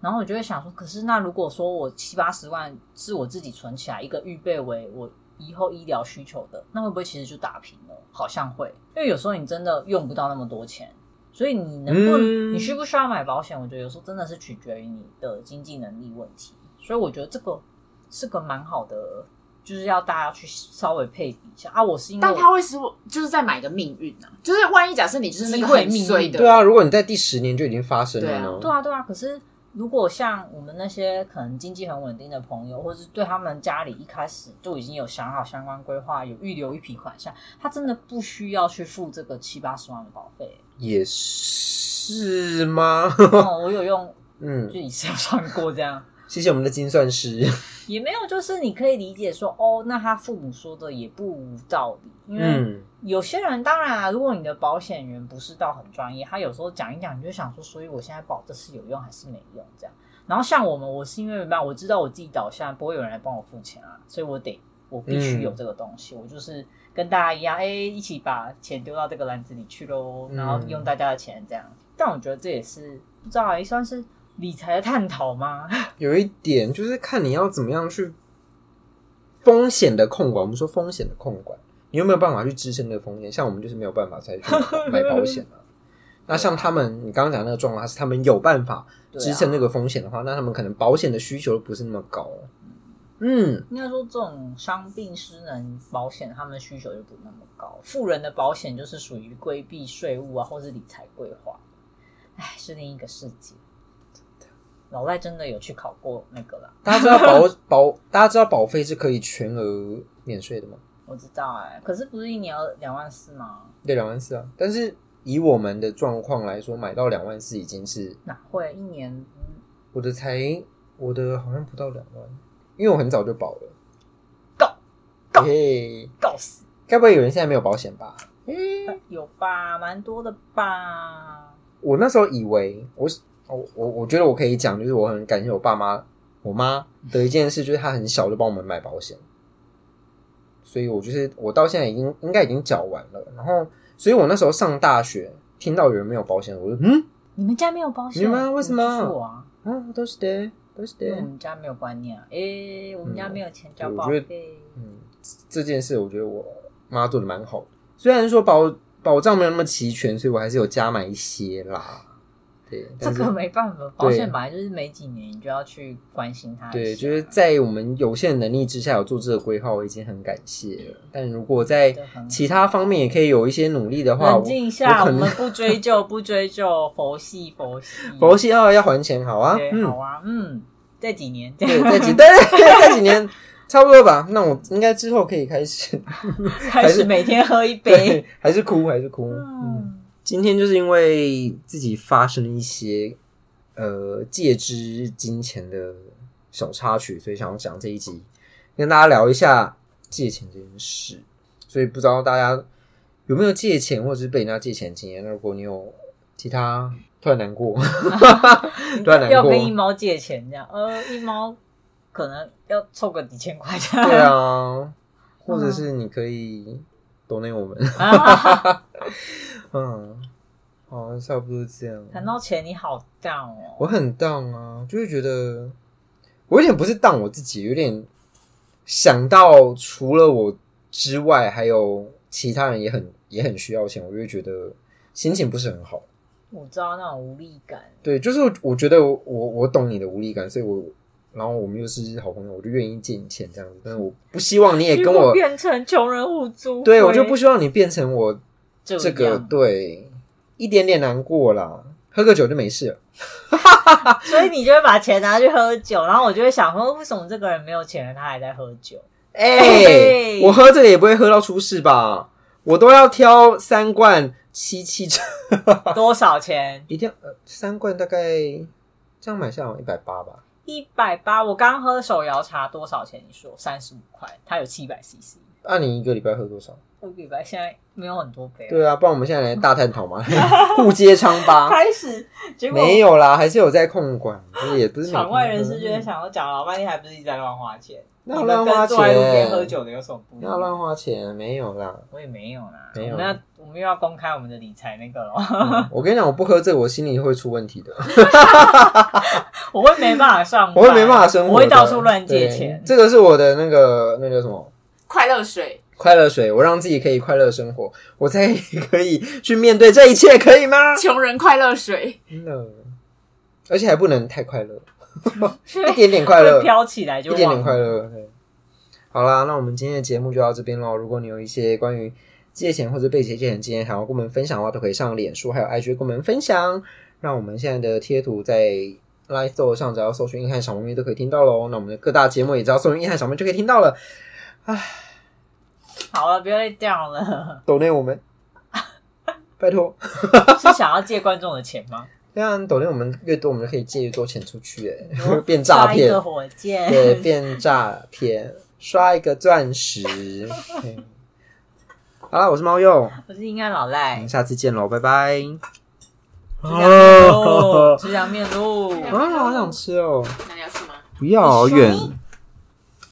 [SPEAKER 2] 然后我就会想说，可是那如果说我七八十万是我自己存起来，一个预备为我以后医疗需求的，那会不会其实就打平了？好像会，因为有时候你真的用不到那么多钱，所以你能不、
[SPEAKER 1] 嗯
[SPEAKER 2] 你需不需要买保险？我觉得有时候真的是取决于你的经济能力问题，所以我觉得这个是个蛮好的，就是要大家去稍微配比一下啊。我是因为
[SPEAKER 3] 但
[SPEAKER 2] 我
[SPEAKER 3] 他会使我就是在买个命运啊，就是万一假设你就是那个
[SPEAKER 2] 机会
[SPEAKER 3] 很
[SPEAKER 2] 命运
[SPEAKER 3] 衰的，
[SPEAKER 1] 对啊，如果你在第十年就已经发生了
[SPEAKER 2] 对
[SPEAKER 1] 呢，
[SPEAKER 2] 啊，对啊。可是如果像我们那些可能经济很稳定的朋友，或是对他们家里一开始就已经有想好相关规划，有预留一笔款项，他真的不需要去付这个七八十万的保费。
[SPEAKER 1] 也是吗？
[SPEAKER 2] 哦，我有用，
[SPEAKER 1] 嗯
[SPEAKER 2] 就，以前有算过这样。
[SPEAKER 1] 谢谢我们的精算师。
[SPEAKER 2] 也没有，就是你可以理解说，哦，那他父母说的也不无道理，因为
[SPEAKER 1] 嗯，
[SPEAKER 2] 有些人当然啊，如果你的保险员不是到很专业，他有时候讲一讲，你就想说，所以我现在保这是有用还是没用这样。然后像我们，我是因为没办法，我知道我自己导向不会有人来帮我付钱啊，所以我得我必须有这个东西，我就是跟大家一样，哎、一起把钱丢到这个篮子里去喽，
[SPEAKER 1] 嗯
[SPEAKER 2] 然后用大家的钱这样。但我觉得这也是不知道、哎，算是理财的探讨吗？
[SPEAKER 1] 有一点就是看你要怎么样去风险的控管。我们说风险的控管，你有没有办法去支撑这个风险？像我们就是没有办法才去 买保险啊。那像他们，你刚刚讲那个状况，是他们有办法
[SPEAKER 2] 对啊
[SPEAKER 1] 支撑这个风险的话，那他们可能保险的需求不是那么高了。嗯，
[SPEAKER 2] 应该说，这种伤病失能保险，他们需求就不那么高。富人的保险就是属于规避税务啊，或是理财规划。唉，是另一个世界。老赖真的有去考过那个啦，
[SPEAKER 1] 大家知道 保保，大家知道保费是可以全额免税的吗？
[SPEAKER 2] 我知道哎、可是不是一年要两万四吗？
[SPEAKER 1] 对，两万四啊。但是以我们的状况来说，买到两万四已经是
[SPEAKER 2] 哪会一年？嗯
[SPEAKER 1] 我的才我的好像不到两万，因为我很早就保了。
[SPEAKER 2] 告告
[SPEAKER 1] 嘿，
[SPEAKER 2] 告死
[SPEAKER 1] 该不会有人现在没有保险吧？
[SPEAKER 3] 嗯
[SPEAKER 2] 有吧，蛮多的吧。
[SPEAKER 1] 我那时候以为我是我我我觉得我可以讲，就是我很感谢我爸妈我妈的一件事，就是她很小就帮我们买保险，所以我就是我到现在已经应该已经缴完了。然后，所以我那时候上大学听到有人没有保险，我就嗯
[SPEAKER 2] 你们家没有保险？
[SPEAKER 1] 你们为什么
[SPEAKER 2] 嗯就是我啊，
[SPEAKER 1] 啊，都是的，都是的
[SPEAKER 2] 因。为我们家没有观念啊。哎、我们家没有钱交
[SPEAKER 1] 嗯
[SPEAKER 2] 保
[SPEAKER 1] 我觉得
[SPEAKER 2] 费。
[SPEAKER 1] 嗯，这件事我觉得我妈做的蛮好的，虽然说保保障没有那么齐全，所以我还是有加买一些啦。对，
[SPEAKER 2] 这
[SPEAKER 1] 但是
[SPEAKER 2] 个没办法，保险本来就是每几年你就要去关心它一下。
[SPEAKER 1] 对，就是在我们有限能力之下有做这个规划，我已经很感谢了。但如果在
[SPEAKER 2] 对很
[SPEAKER 1] 其他方面也可以有一些努力的话，
[SPEAKER 2] 冷
[SPEAKER 1] 我
[SPEAKER 2] 静一下，
[SPEAKER 1] 我
[SPEAKER 2] 我
[SPEAKER 1] 可能
[SPEAKER 2] 们不追究，不追究，佛系佛系
[SPEAKER 1] 佛系要要还钱，好啊，
[SPEAKER 2] 对，好
[SPEAKER 1] 嗯，
[SPEAKER 2] 啊，嗯，这几年这
[SPEAKER 1] 对，
[SPEAKER 2] 样
[SPEAKER 1] 在几 对在几年差不多吧。那我应该之后可以开始，
[SPEAKER 2] 开始每天喝一杯。
[SPEAKER 1] 对，还是哭，还是哭，嗯。
[SPEAKER 2] 哎嗯，
[SPEAKER 1] 今天就是因为自己发生了一些呃借之金钱的小插曲，所以想要讲这一集跟大家聊一下借钱这件事。所以不知道大家有没有借钱或者是被人家借钱的经验？那如果你有其他突然难过，突然难
[SPEAKER 2] 要
[SPEAKER 1] 过，
[SPEAKER 2] 跟一猫借钱这样，呃，一猫可能要凑个几千块这样。
[SPEAKER 1] 对啊，或者是你可以懂内我们，啊嗯，好，差不多这样。
[SPEAKER 2] 谈到钱，你好 down 哦。
[SPEAKER 1] 我很 down 啊，就是觉得我有点不是 down 我自己，有点想到除了我之外，还有其他人也很也很需要钱，我就会觉得心情不是很好。
[SPEAKER 2] 我知道那种无力感，
[SPEAKER 1] 对，就是我我觉得我我我懂你的无力感，所以我然后我们又是好朋友，我就愿意借你钱这样子，但是我不希望你也哎跟
[SPEAKER 2] 如果
[SPEAKER 1] 我，
[SPEAKER 2] 变成穷人互助会，
[SPEAKER 1] 对我就不希望你变成我
[SPEAKER 2] 这
[SPEAKER 1] 这
[SPEAKER 2] 样
[SPEAKER 1] 个，对一点点难过啦，喝个酒就没事了。
[SPEAKER 2] 所以你就会把钱拿去喝酒，然后我就会想说，为什么这 个人没有钱了，他还在喝酒？
[SPEAKER 1] 哎、
[SPEAKER 2] 哎
[SPEAKER 1] 我喝这个也不会喝到出事吧？我都要挑三罐七七折，
[SPEAKER 2] 多少钱？
[SPEAKER 1] 一定要、呃、三罐大概这样买下来一百八吧。
[SPEAKER 2] 一百八。我刚喝手摇茶多少钱？你说三十五块，它有七百 CC。
[SPEAKER 1] 那、啊你一个礼拜喝多少？
[SPEAKER 2] 我一百现在没有很多杯、啊，
[SPEAKER 1] 对啊，不然我们现在来大探讨 嘛，互揭疮疤。
[SPEAKER 2] 开始结果
[SPEAKER 1] 没有啦，还是有在控管，就是也不是每天
[SPEAKER 2] 场外人
[SPEAKER 1] 喝
[SPEAKER 2] 士就在想，我讲了老半天还不是一直在乱花钱？
[SPEAKER 1] 那
[SPEAKER 2] 你们
[SPEAKER 1] 乱花
[SPEAKER 2] 跟坐在路边
[SPEAKER 1] 钱
[SPEAKER 2] 喝酒的有什么不一
[SPEAKER 1] 不要
[SPEAKER 2] 样？
[SPEAKER 1] 乱花钱，没有 啦。
[SPEAKER 2] 我也没有啦，
[SPEAKER 1] 没有
[SPEAKER 2] 我们要我们又要公开我们的理财那个了，
[SPEAKER 1] 嗯我跟你讲，我不喝这个，我心里会出问题的，
[SPEAKER 2] 我会没办法上班，
[SPEAKER 1] 我会没办法生活的，
[SPEAKER 2] 我会到处乱
[SPEAKER 1] 对
[SPEAKER 2] 借钱。
[SPEAKER 1] 这个是我的那个那个叫什么？
[SPEAKER 3] 快乐水，
[SPEAKER 1] 快乐水，我让自己可以快乐生活，我才可以去面对这一切，可以吗？
[SPEAKER 3] 穷人快乐水，
[SPEAKER 1] 真的，而且还不能太快乐，
[SPEAKER 2] 一
[SPEAKER 1] 一点点快乐，
[SPEAKER 2] 飘起来就
[SPEAKER 1] 一点点
[SPEAKER 2] 忘了
[SPEAKER 1] 快乐。对，好啦，那我们今天的节目就到这边喽。如果你有一些关于借钱或者被借钱的经验，想要跟我们分享的话，都可以上脸书还有 IG 跟我们分享。那我们现在的贴图在 Live Store 上，只要搜寻“硬汉小猫咪”都可以听到喽。那我们的各大节目也只要搜寻“硬汉小猫咪”就可以听到了。
[SPEAKER 2] 好了，不要再掉 了。
[SPEAKER 1] 抖内我们，拜托，
[SPEAKER 2] 是想要借观众的钱吗？
[SPEAKER 1] 这样啊抖内我们越多，我们就可以借越多钱出去、欸， 变诈
[SPEAKER 2] 哦刷一
[SPEAKER 1] 骗
[SPEAKER 2] 个，火箭，
[SPEAKER 1] 对，变诈骗，刷一个钻石。 对好啦，我是猫鼬。
[SPEAKER 2] 我是应该老
[SPEAKER 1] 我
[SPEAKER 2] 赖
[SPEAKER 1] 们，下次见喽，拜拜。
[SPEAKER 2] 吃凉面喽，
[SPEAKER 1] 哦
[SPEAKER 2] 吃凉面喽。
[SPEAKER 1] 啊，好想吃哦！
[SPEAKER 3] 那你要去吗？
[SPEAKER 1] 不要，好远
[SPEAKER 2] 你。说